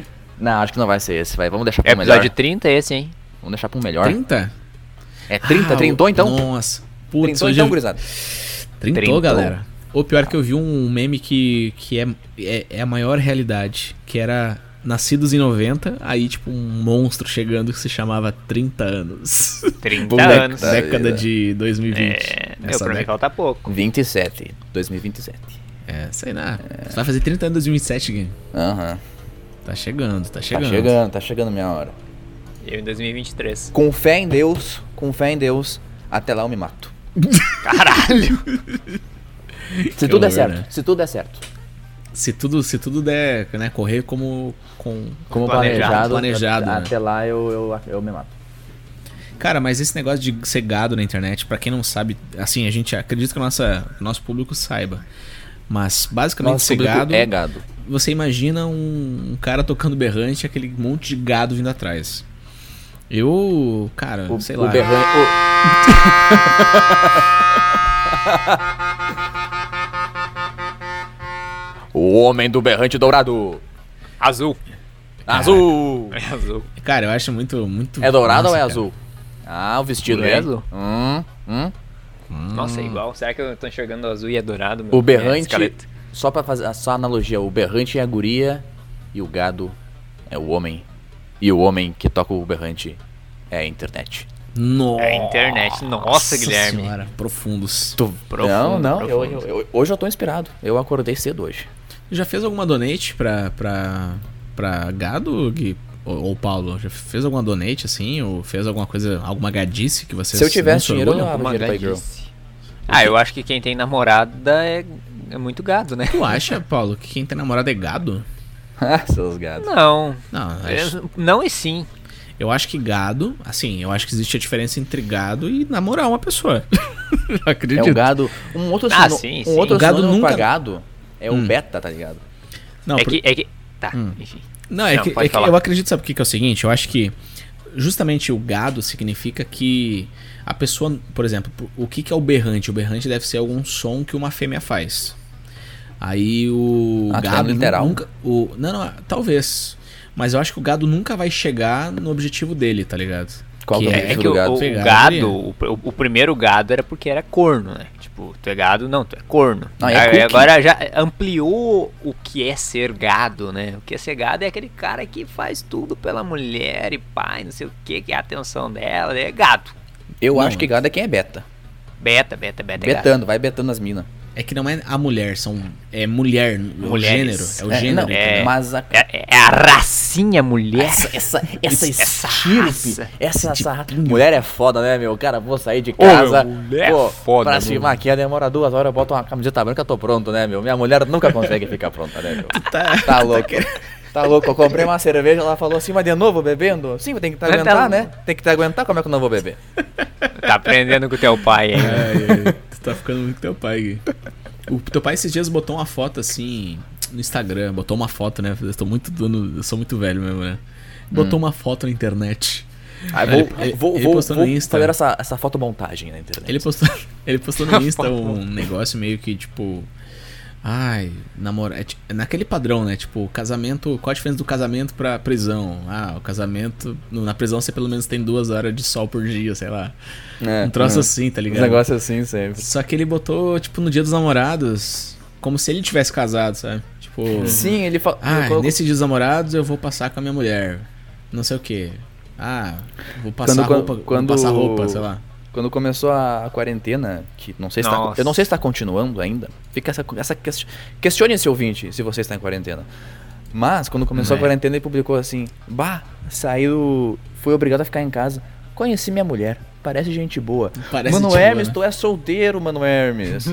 Speaker 1: Não, acho que não vai ser esse, vai. Vamos deixar
Speaker 2: É
Speaker 1: pra um melhor.
Speaker 2: episódio 30 esse, hein?
Speaker 1: Vamos deixar pra um melhor.
Speaker 3: 30?
Speaker 1: É 30,
Speaker 3: Ah,
Speaker 1: trintou então?
Speaker 3: Nossa. Putz,
Speaker 1: Trintou
Speaker 3: hoje
Speaker 1: então,
Speaker 3: eu-
Speaker 1: gurizada.
Speaker 3: Trintou,
Speaker 2: Trintou.
Speaker 3: galera. Ou pior que eu vi um meme que, que é, é, é a maior realidade, que era Nascidos em 90, aí tipo um monstro chegando que se chamava 30 anos.
Speaker 2: 30
Speaker 1: Moleque,
Speaker 2: anos.
Speaker 1: tá?
Speaker 3: década de 2020.
Speaker 2: É, meu,
Speaker 3: essa
Speaker 2: pra mim
Speaker 3: década.
Speaker 2: falta pouco.
Speaker 1: 27, 2027.
Speaker 3: É, sei lá. Você vai fazer 30 anos em 2027, Gui.
Speaker 1: Aham.
Speaker 3: Tá chegando, tá
Speaker 1: Tá
Speaker 3: chegando.
Speaker 1: chegando, tá chegando a minha hora.
Speaker 2: Eu em 2023.
Speaker 1: Com fé em Deus, com fé em Deus, até lá eu me mato.
Speaker 2: Caralho!
Speaker 1: Se tudo der
Speaker 3: horror,
Speaker 1: certo,
Speaker 3: né?
Speaker 1: se tudo der certo.
Speaker 3: Se tudo, se tudo der, né, correr como com
Speaker 1: Como planejado,
Speaker 2: Planejado.
Speaker 3: Planejado, né?
Speaker 1: até lá eu, eu, eu me mato.
Speaker 3: Cara, mas esse negócio de ser gado na internet, pra quem não sabe, assim, a gente acredita que o nossa, o nosso público saiba. Mas basicamente
Speaker 1: Nosso
Speaker 3: ser
Speaker 1: público
Speaker 3: gado,
Speaker 1: é gado.
Speaker 3: você imagina um, um cara tocando berrante, aquele monte de gado vindo atrás. Eu, cara,
Speaker 1: O,
Speaker 3: sei
Speaker 1: o
Speaker 3: lá.
Speaker 1: berran- o- O homem do berrante dourado.
Speaker 2: Azul.
Speaker 1: Azul.
Speaker 2: É azul.
Speaker 3: Cara, eu acho muito muito
Speaker 1: É dourado ou
Speaker 3: nossa,
Speaker 1: é
Speaker 3: cara.
Speaker 1: azul? Ah, o vestido
Speaker 2: Mulher
Speaker 1: hein?
Speaker 2: azul?
Speaker 1: Hum, hum.
Speaker 2: Nossa, é igual. Será que eu tô enxergando azul e é dourado? Meu?
Speaker 1: O berrante,
Speaker 2: É,
Speaker 1: só pra fazer a só analogia, o berrante é a guria e o gado é o homem. E o homem que toca o berrante é a internet.
Speaker 3: Nossa.
Speaker 2: É internet. Nossa, Guilherme.
Speaker 3: Senhora, profundos.
Speaker 2: Profundo,
Speaker 1: não, não, eu-
Speaker 2: profundo.
Speaker 1: eu- eu- hoje eu tô inspirado. Eu acordei cedo hoje.
Speaker 3: Já fez alguma donate pra, pra, pra gado, Gui? Ou, ou Paulo? Já fez alguma donate assim? Ou fez alguma coisa, alguma gadice que vocês
Speaker 1: Se eu tivesse
Speaker 3: não se
Speaker 1: dinheiro, eu
Speaker 3: orgulham?
Speaker 1: dava
Speaker 2: É Uma
Speaker 1: dinheiro pra girl.
Speaker 2: gadice. Ah, eu acho que quem tem namorada é, é muito gado, né?
Speaker 3: Tu acha, Paulo, que quem tem namorado é gado?
Speaker 1: Ah, seus gados.
Speaker 2: Não.
Speaker 3: Não, eu acho-
Speaker 2: É, Não e sim.
Speaker 3: eu acho que gado, assim, eu acho que existe a diferença entre gado e namorar uma pessoa. Eu
Speaker 1: É
Speaker 3: acredito.
Speaker 1: o gado. Um outro,
Speaker 2: Ah,
Speaker 1: sino-
Speaker 2: sim,
Speaker 1: um
Speaker 2: sim.
Speaker 1: outro
Speaker 3: O gado
Speaker 1: sinônimo pra
Speaker 3: nunca-
Speaker 1: gado é o
Speaker 3: Hum.
Speaker 1: beta, tá ligado?
Speaker 3: Não,
Speaker 2: é,
Speaker 3: por-
Speaker 2: que, é que. Tá, enfim.
Speaker 3: Não, é,
Speaker 2: Não,
Speaker 3: que,
Speaker 2: pode
Speaker 3: é que
Speaker 2: falar.
Speaker 3: eu acredito, sabe o que, que é o seguinte? Eu acho que justamente o gado significa que a pessoa, por exemplo, o que, que é o berrante? O berrante deve ser algum som que uma fêmea faz. Aí o
Speaker 1: Ah, tu tá
Speaker 3: gado
Speaker 1: Ah, no literal.
Speaker 3: nunca. O, não, não, talvez. Mas eu acho que o gado nunca vai chegar no objetivo dele, tá ligado?
Speaker 1: Qual
Speaker 2: Que
Speaker 1: que é o
Speaker 2: é, é
Speaker 1: objetivo
Speaker 2: que
Speaker 1: do
Speaker 2: o
Speaker 1: gado?
Speaker 2: o
Speaker 3: Pegar,
Speaker 2: gado, o, o- o primeiro gado era porque era corno, né? Tipo, tu é gado, não, tu é corno.
Speaker 1: Ah, é
Speaker 2: Aí
Speaker 1: cookie.
Speaker 2: agora já ampliou o que é ser gado, né? O que é ser gado é aquele cara que faz tudo pela mulher e pai, não sei o que, que é a atenção dela, é gado.
Speaker 1: Eu
Speaker 3: Não,
Speaker 1: acho que gado é quem é beta.
Speaker 2: Beta, beta, beta, é gado.
Speaker 1: Betando, vai betando as minas.
Speaker 3: É que não é a mulher, são. É mulher,
Speaker 2: Mulheres.
Speaker 3: é o gênero. É o gênero.
Speaker 1: não,
Speaker 2: é.
Speaker 1: né? mas a,
Speaker 2: É, é a racinha mulher.
Speaker 1: essa, essa, essa
Speaker 2: Essa
Speaker 1: estirpe,
Speaker 2: raça.
Speaker 1: essa, essa ra- Mulher é foda, né, meu? Cara, vou sair de casa.
Speaker 2: meu, mulher
Speaker 1: pô,
Speaker 2: é foda,
Speaker 1: pra se
Speaker 2: meu.
Speaker 1: maquiar demora duas horas, eu boto uma camiseta branca, tô pronto, né, meu? Minha mulher nunca consegue ficar pronta, né, meu?
Speaker 3: Tá-
Speaker 1: Tá louco. Tá louco, eu comprei uma cerveja, ela falou assim, mas de novo bebendo? Sim, tem que te
Speaker 2: Mas tá
Speaker 1: aguentar,
Speaker 2: louco.
Speaker 1: né? Tem que te aguentar, como é que eu não vou beber?
Speaker 2: Tá aprendendo com teu pai aí.
Speaker 1: É,
Speaker 2: né?
Speaker 3: Ai, ai, tu tá ficando muito com teu pai. Gui. O teu pai esses dias botou uma foto assim no Instagram, botou uma foto, né? Eu tô muito dando, eu sou muito velho mesmo, né? Botou
Speaker 1: Hum.
Speaker 3: uma foto na internet.
Speaker 1: Ah,
Speaker 3: Ele-
Speaker 1: vou
Speaker 3: ele-
Speaker 1: vou,
Speaker 3: ele
Speaker 1: vou,
Speaker 3: postou no
Speaker 1: vou
Speaker 3: Insta.
Speaker 1: fazer essa, essa fotomontagem na internet.
Speaker 3: Ele postou, ele postou no Insta um negócio meio que tipo Ai, namora... é ti- é naquele padrão, né? Tipo, casamento. Qual a diferença do casamento pra prisão? Ah, o casamento. no- Na prisão você pelo menos tem duas horas de sol por dia, sei lá.
Speaker 1: É,
Speaker 3: Um troço
Speaker 1: é.
Speaker 3: assim, tá
Speaker 1: Uns
Speaker 3: ligado?
Speaker 1: negócios assim sempre.
Speaker 3: Só que ele botou, tipo, no dia dos namorados, como se ele tivesse casado, sabe? Tipo,
Speaker 1: Sim, ele falou.
Speaker 3: ah, nesse dia dos namorados eu vou passar com a minha mulher. Não sei o quê. Ah, vou passar
Speaker 1: Quando- quando-
Speaker 3: roupa,
Speaker 1: quando-
Speaker 3: vou passar roupa, sei lá.
Speaker 1: Quando começou a quarentena, que não sei se tá,
Speaker 2: Nossa.
Speaker 1: eu não sei se está continuando ainda, fica essa, essa ques- questione esse ouvinte se você está em quarentena. Mas quando começou
Speaker 3: É.
Speaker 1: a quarentena ele publicou assim: "Bah, saiu, fui obrigado a ficar em casa. Conheci minha mulher, parece gente boa.
Speaker 3: Parece
Speaker 1: mano
Speaker 3: gente boa,
Speaker 1: Hermes,
Speaker 3: né?"
Speaker 1: tu é solteiro, mano Hermes.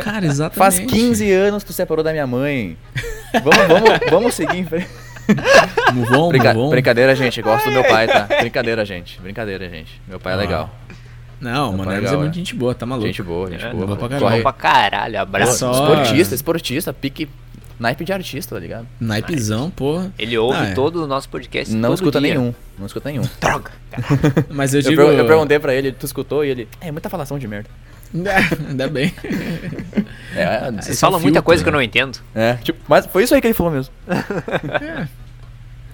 Speaker 3: Cara, exatamente.
Speaker 1: Faz 15 anos que tu separou da minha mãe. Vamos, vamos, vamos seguir em frente.
Speaker 3: Move on, move
Speaker 1: Brinca-
Speaker 3: on.
Speaker 1: brincadeira, gente. Gosto do meu pai, tá? Brincadeira, gente. Brincadeira, gente. Meu pai é
Speaker 3: Ah,
Speaker 1: legal.
Speaker 3: Não,
Speaker 1: Tá
Speaker 3: mano,
Speaker 1: legal,
Speaker 3: Hermes é
Speaker 1: é.
Speaker 3: muito gente boa, tá maluco.
Speaker 1: Gente boa, gente
Speaker 2: É,
Speaker 1: boa.
Speaker 3: boa pra
Speaker 1: Corre-
Speaker 2: Bom pra caralho, abraço.
Speaker 3: Só-
Speaker 1: Esportista, esportista, pique naipe de artista, tá ligado?
Speaker 3: Naipezão,
Speaker 1: tá
Speaker 3: porra.
Speaker 2: Ele ouve
Speaker 3: Ah, é.
Speaker 2: todo o nosso podcast.
Speaker 1: Não
Speaker 2: todo
Speaker 1: escuta
Speaker 2: dia.
Speaker 1: nenhum. Não escuta nenhum.
Speaker 2: Droga.
Speaker 3: Mas eu
Speaker 1: Eu,
Speaker 3: digo.
Speaker 1: per- eu perguntei pra ele, tu escutou? E ele, é muita falação de merda.
Speaker 3: Ainda bem.
Speaker 1: É, é,
Speaker 2: Vocês
Speaker 3: Esse é um
Speaker 2: falam muita
Speaker 3: filtro,
Speaker 2: coisa que eu
Speaker 3: né?
Speaker 2: não entendo.
Speaker 1: é, tipo, mas foi isso aí que ele falou mesmo.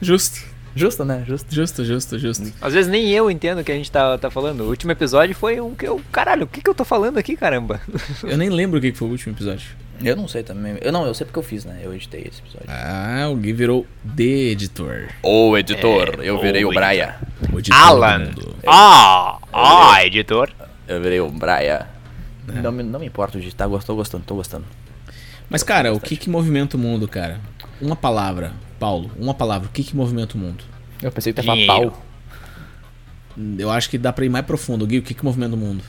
Speaker 3: Justo.
Speaker 1: Justo, né? Justo.
Speaker 3: Justo, justo, justo.
Speaker 2: Às vezes nem eu entendo o que a gente tá, tá falando. O último episódio foi um que eu. Caralho, o que, que eu tô falando aqui, caramba?
Speaker 3: Eu nem lembro o que que foi o último episódio.
Speaker 1: Eu não sei também. Eu não, eu sei porque eu fiz, né? Eu editei esse episódio.
Speaker 3: Ah, o Gui virou The Editor.
Speaker 1: Ô, editor, eu virei o Braia.
Speaker 3: O É, editor do
Speaker 2: Alan.
Speaker 3: mundo.
Speaker 2: Ah, ah, editor.
Speaker 1: Eu virei o Braia. Não, me- não me importa de tá gostou, gostando, tô gostando.
Speaker 3: Mas, cara, o que que movimenta o mundo, cara? Uma palavra, Paulo, uma palavra. O que que movimenta o mundo?
Speaker 1: Eu pensei que tava
Speaker 2: Dinheiro.
Speaker 1: pau.
Speaker 3: Eu acho que dá pra ir mais profundo. Gui, o que que movimenta o mundo?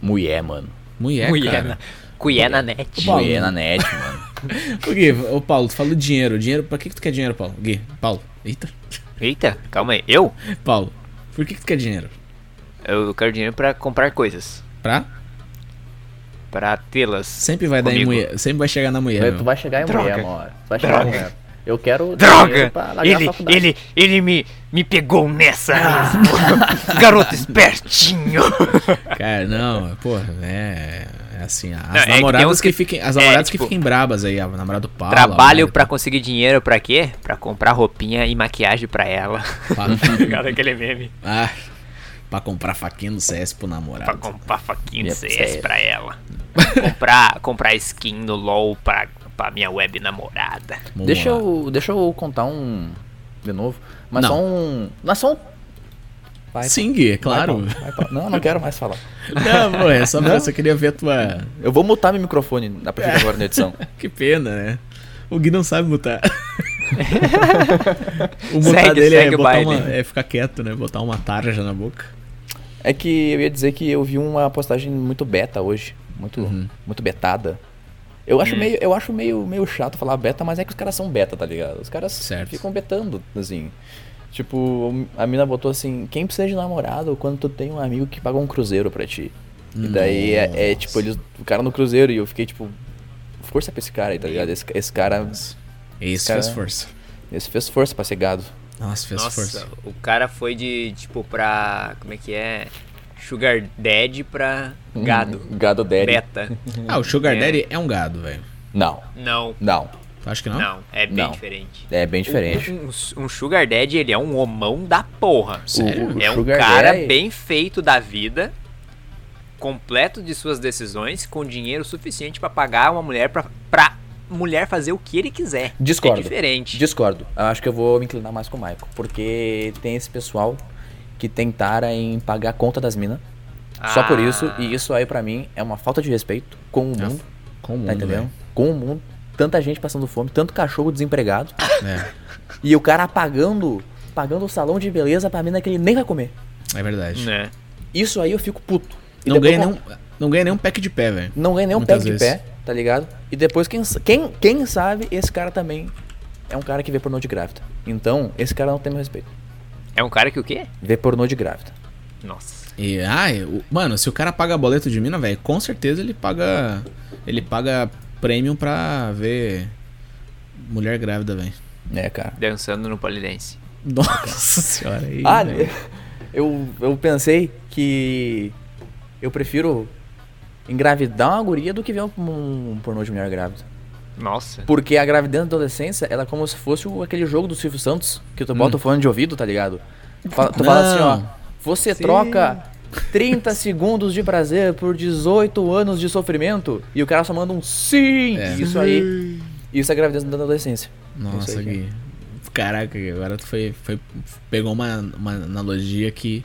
Speaker 1: Mulher, mano.
Speaker 3: Mulher,
Speaker 2: Mulher.
Speaker 3: É, cara.
Speaker 2: Cuié na net.
Speaker 3: Paulo.
Speaker 1: Mulher na net, mano.
Speaker 3: Ô, Gui, ô, Paulo, tu falou dinheiro. Dinheiro, pra que que tu quer dinheiro, Paulo? Gui, Paulo. Eita.
Speaker 2: Eita, calma aí. Eu?
Speaker 3: Paulo, por que que tu quer dinheiro?
Speaker 2: Eu quero dinheiro pra comprar coisas.
Speaker 3: Pra?
Speaker 2: Pra tê-las.
Speaker 3: Sempre vai dar em
Speaker 2: comigo.
Speaker 3: mulher. Sempre vai chegar na mulher,
Speaker 1: tu
Speaker 3: meu.
Speaker 1: vai chegar em
Speaker 2: Droga.
Speaker 1: mulher uma hora. Tu vai chegar em mulher. Eu quero dinheiro
Speaker 2: Droga!
Speaker 1: pra largar a
Speaker 2: Ele,
Speaker 1: faculdade.
Speaker 2: ele, ele me, me pegou nessa
Speaker 3: Ah.
Speaker 2: mesmo. Garoto espertinho.
Speaker 3: Cara, não, porra, né? É assim, as
Speaker 2: Não, é que tem
Speaker 3: namoradas
Speaker 2: uns
Speaker 3: que,
Speaker 2: que-
Speaker 3: fiquem. As namoradas
Speaker 2: tipo,
Speaker 3: que fiquem brabas aí, a namorada do Paulo.
Speaker 2: Trabalho
Speaker 3: pra
Speaker 2: pra conseguir dinheiro pra quê? Pra comprar roupinha e maquiagem pra ela. Obrigado aquele meme.
Speaker 3: Ah, pra comprar faquinha no CS pro
Speaker 2: Pra
Speaker 3: namorado.
Speaker 2: comprar faquinha de
Speaker 1: Minha
Speaker 2: CS
Speaker 1: pizza. é
Speaker 2: pra ela. comprar, comprar skin no LOL pra, pra minha web namorada.
Speaker 3: Vamos
Speaker 1: Deixa
Speaker 3: lá.
Speaker 1: eu, deixa eu contar um. De novo. Mas
Speaker 3: Não.
Speaker 1: só um. Mas só um. Vai,
Speaker 3: Sim, Gui, é claro.
Speaker 1: vai, Paulo, vai, Paulo. não, não quero mais falar.
Speaker 3: Não, pô, é só eu só queria ver a tua.
Speaker 1: Eu vou mutar meu microfone a partir de agora na edição.
Speaker 3: Que pena, né? O Gui não sabe mutar. o mutar
Speaker 2: Segue-
Speaker 3: dele
Speaker 2: segue
Speaker 3: é,
Speaker 2: o
Speaker 3: botar
Speaker 2: baile.
Speaker 3: uma, é ficar quieto, né? Botar uma tarja na boca.
Speaker 1: É que eu ia dizer que eu vi uma postagem muito beta hoje. Muito,
Speaker 2: Uhum.
Speaker 1: muito betada. Eu
Speaker 2: Hum.
Speaker 1: acho, meio, eu acho meio, meio chato falar beta, mas é que os caras são beta, tá ligado? Os caras
Speaker 3: Certo.
Speaker 1: ficam betando, assim. Tipo, a mina botou assim, quem precisa de namorado quando tu tem um amigo que paga um cruzeiro pra ti? E daí é, é, tipo,
Speaker 3: Nossa.
Speaker 1: eles, o cara no cruzeiro e eu fiquei tipo, força pra esse cara aí, tá ligado? Esse, esse cara,
Speaker 3: Isso
Speaker 1: Cara.
Speaker 3: fez força.
Speaker 1: esse fez força pra ser gado.
Speaker 3: Nossa, fez força.
Speaker 2: o cara foi de, tipo, pra. Como é que é? Sugar Dead pra
Speaker 1: Gado Hum. daddy.
Speaker 2: Beta.
Speaker 3: Ah, o Sugar
Speaker 2: É.
Speaker 3: Daddy é um gado, velho.
Speaker 1: Não,
Speaker 2: Não.
Speaker 1: não.
Speaker 3: Acho que não.
Speaker 2: Não, é bem
Speaker 1: Não.
Speaker 2: diferente.
Speaker 1: É bem diferente.
Speaker 2: Um, um- um Sugar Daddy, ele é um homão da porra.
Speaker 3: Sério?
Speaker 1: O- o
Speaker 2: É um
Speaker 1: Sugar
Speaker 2: cara
Speaker 1: Daddy-
Speaker 2: bem feito da vida, completo de suas decisões, com dinheiro suficiente pra pagar uma mulher pra, pra mulher fazer o que ele quiser.
Speaker 1: Discordo.
Speaker 2: É diferente.
Speaker 1: Discordo. Eu acho que eu vou me inclinar mais com o Michael. Porque tem esse pessoal que tem tara em pagar a conta das minas. Só por isso.
Speaker 2: Ah.
Speaker 1: E isso aí pra mim é uma falta de respeito com o
Speaker 3: É, né?
Speaker 1: mundo.
Speaker 3: Com o mundo,
Speaker 1: Tá entendendo?
Speaker 3: velho.
Speaker 1: Com o mundo. Tanta gente passando fome, tanto cachorro desempregado.
Speaker 3: É,
Speaker 1: e o cara pagando, pagando o salão de beleza pra mina que ele nem vai comer.
Speaker 3: é verdade.
Speaker 2: Né?
Speaker 1: Isso aí eu fico puto. E
Speaker 3: Não,
Speaker 1: depois
Speaker 3: ganha
Speaker 1: eu-
Speaker 3: nenhum, não ganha nenhum pack de pé, velho.
Speaker 1: Não ganha nenhum pé
Speaker 3: Muitas
Speaker 1: de
Speaker 3: vezes.
Speaker 1: pé, tá ligado? E depois, quem, sa- quem, quem sabe, esse cara também é um cara que vê pornô de grávida. Então, esse cara não tem meu respeito.
Speaker 2: É um cara que o quê?
Speaker 1: Vê pornô de grávida.
Speaker 2: Nossa.
Speaker 3: E, ai, o- mano, se o cara paga boleto de mina, velho, com certeza ele paga. Ele paga premium pra ver mulher grávida, velho.
Speaker 1: É, cara.
Speaker 2: Dançando no polidense.
Speaker 3: Nossa senhora. Aí,
Speaker 1: Ah,
Speaker 3: velho.
Speaker 1: eu, eu pensei que eu prefiro engravidar uma guria do que ver um, um pornô de mulher grávida.
Speaker 2: Nossa.
Speaker 1: Porque a gravidez na adolescência, ela é como se fosse o- aquele jogo do Silvio Santos, que tu bota o fone de ouvido, tá ligado? Fa- tu fala assim, ó.
Speaker 3: Não.
Speaker 1: Você troca 30 segundos de prazer por 18 anos de sofrimento e o cara só manda um sim.
Speaker 3: É.
Speaker 1: Isso aí. Isso é gravidez na adolescência. Isso
Speaker 3: Nossa,
Speaker 1: aí,
Speaker 3: Gui. Caraca, Gui, agora tu foi, foi- pegou uma, uma analogia que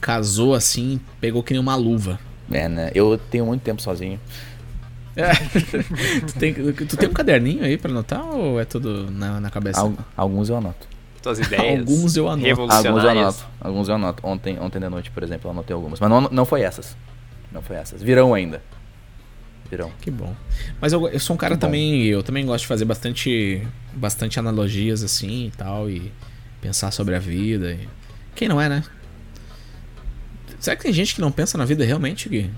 Speaker 3: casou assim, pegou que nem uma luva.
Speaker 1: É, né? Eu tenho muito tempo sozinho.
Speaker 3: tu, tem, tu tem um caderninho aí pra anotar ou é tudo na, na cabeça?
Speaker 1: Al- alguns eu anoto.
Speaker 2: Tuas ideias.
Speaker 3: Alguns eu anoto.
Speaker 1: Alguns eu
Speaker 2: Revolucionárias.
Speaker 1: anoto. Alguns eu anoto. Ontem, ontem de noite, por exemplo, eu anotei algumas. Mas não, não foi essas. Não foi essas. Virão ainda. Virão.
Speaker 3: Que bom. Mas eu, eu sou um cara
Speaker 1: Que bom.
Speaker 3: também, eu também gosto de fazer bastante, bastante analogias assim e tal, e pensar sobre a vida. e- Quem não é, né? Será que tem gente que não pensa na vida realmente, Gui?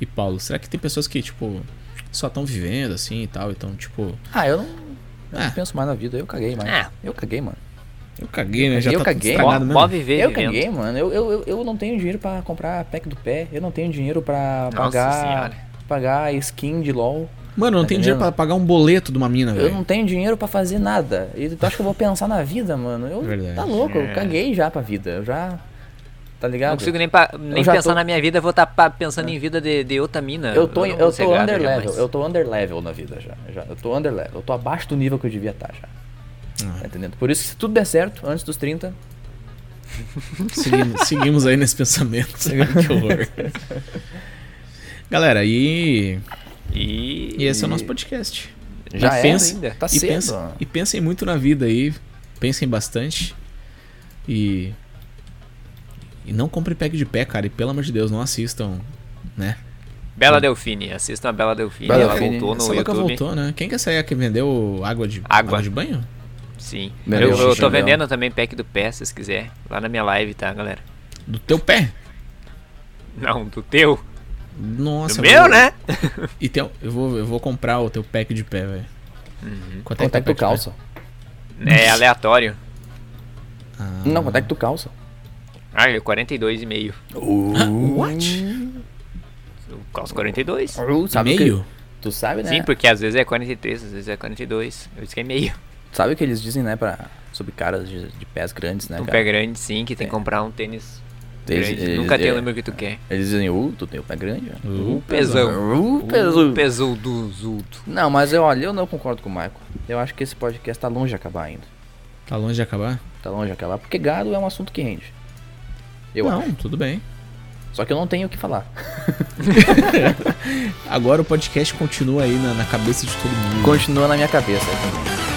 Speaker 3: E Paulo, será que tem pessoas que, tipo, só estão vivendo assim e tal, então, tipo,
Speaker 1: Ah, eu não, eu não
Speaker 3: Ah.
Speaker 1: penso mais na vida. Eu caguei, mano.
Speaker 2: Ah.
Speaker 1: Eu caguei, mano.
Speaker 3: eu caguei, né? Já
Speaker 1: Eu
Speaker 3: tá
Speaker 1: caguei.
Speaker 3: tudo estragado
Speaker 2: Pode,
Speaker 3: mesmo.
Speaker 2: pode viver
Speaker 1: Eu
Speaker 2: vivendo.
Speaker 1: caguei, mano. Eu, eu, eu- eu não tenho dinheiro pra comprar pack do pé. Eu não tenho dinheiro pra
Speaker 2: Nossa
Speaker 1: pagar
Speaker 2: senhora.
Speaker 1: pagar skin de LOL.
Speaker 3: Mano, eu não
Speaker 1: Tá
Speaker 3: tenho dinheiro pra
Speaker 1: entendendo?
Speaker 3: pagar um boleto de uma mina,
Speaker 1: Eu
Speaker 3: velho.
Speaker 1: não tenho dinheiro pra fazer nada. E tu acha que eu vou pensar na vida, mano? Eu,
Speaker 3: Verdade.
Speaker 1: Tá louco,
Speaker 2: É.
Speaker 1: eu caguei já pra vida. Eu já. Tá ligado?
Speaker 2: Não consigo nem, pa- nem
Speaker 1: já
Speaker 2: pensar
Speaker 1: tô-
Speaker 2: na minha vida, eu vou estar pensando em vida de, de outra mina.
Speaker 1: Eu tô,
Speaker 2: É, não
Speaker 1: eu tô
Speaker 2: consigo aguentar
Speaker 1: under level,
Speaker 2: jamais.
Speaker 1: eu tô under level na vida já, já. Eu tô under level, eu tô abaixo do nível que eu devia estar já. Tá entendendo? Por isso, que se tudo der certo, antes dos 30,
Speaker 3: Seguimos, seguimos aí nesse pensamento. que horror. Galera, e,
Speaker 2: E...
Speaker 3: e esse é o nosso podcast.
Speaker 1: já
Speaker 3: e
Speaker 1: é.
Speaker 3: pensa,
Speaker 2: ainda.
Speaker 1: Tá
Speaker 3: e,
Speaker 1: cedo.
Speaker 3: pensa, e pensem muito na vida aí. Pensem bastante. E. E não compre pack de pé, cara. E pelo amor de Deus, não assistam, né?
Speaker 2: Bela Delfine, assistam a Bela Delfine.
Speaker 1: Bela
Speaker 2: ela
Speaker 1: Delfine.
Speaker 2: voltou
Speaker 3: Essa
Speaker 2: no
Speaker 3: louca
Speaker 2: YouTube.
Speaker 3: voltou, né? Quem que é essa aí que vendeu água de,
Speaker 2: Água.
Speaker 3: de banho?
Speaker 2: Sim.
Speaker 1: Bela
Speaker 2: eu, eu
Speaker 1: Delfine.
Speaker 2: tô vendendo também pack do pé, se vocês quiserem. Lá na minha live, tá, galera?
Speaker 3: Do teu pé?
Speaker 2: Não, do teu.
Speaker 3: Nossa,
Speaker 2: do meu,
Speaker 3: vou-
Speaker 2: né?
Speaker 3: E tem- eu, vou, eu vou comprar o teu pack de pé, velho.
Speaker 2: Uhum.
Speaker 3: Quanto
Speaker 1: Quanto é que
Speaker 3: teu
Speaker 1: tu
Speaker 3: pack de
Speaker 1: calça?
Speaker 2: É aleatório.
Speaker 3: pé? Ah,
Speaker 1: Não, quanto é que tu calça?
Speaker 2: Ah, é 42,5.
Speaker 3: What?
Speaker 2: Eu calço 42.
Speaker 1: Uh, sabe o que-
Speaker 3: Meio?
Speaker 1: Tu sabe, né?
Speaker 2: Sim, porque às vezes é 43, às vezes é 42. Eu disse que é meio.
Speaker 1: Sabe o que eles dizem, né, pra... sobre caras de, de pés grandes, né,
Speaker 2: um pé
Speaker 1: cara?
Speaker 2: grande, sim, que tem que comprar um tênis
Speaker 1: Eles-
Speaker 2: grande.
Speaker 1: eles-
Speaker 2: Nunca tem o
Speaker 1: é.
Speaker 2: número que tu quer.
Speaker 1: Eles dizem, uh, tu tem o pé grande? ó."
Speaker 3: Uh,
Speaker 2: Pesão.
Speaker 1: Uh, peso.
Speaker 2: Pesou Um do zudo.
Speaker 1: Não, mas eu, olha, eu não concordo com o Michael. Eu acho que esse podcast tá longe de acabar ainda.
Speaker 3: Tá longe de acabar?
Speaker 1: Tá longe de acabar, porque gado é um assunto que rende. Eu
Speaker 3: não,
Speaker 1: acho.
Speaker 3: tudo bem.
Speaker 1: Só que eu não tenho o que falar.
Speaker 3: Agora o podcast continua aí na, na cabeça de todo mundo.
Speaker 1: Continua na minha cabeça aí também.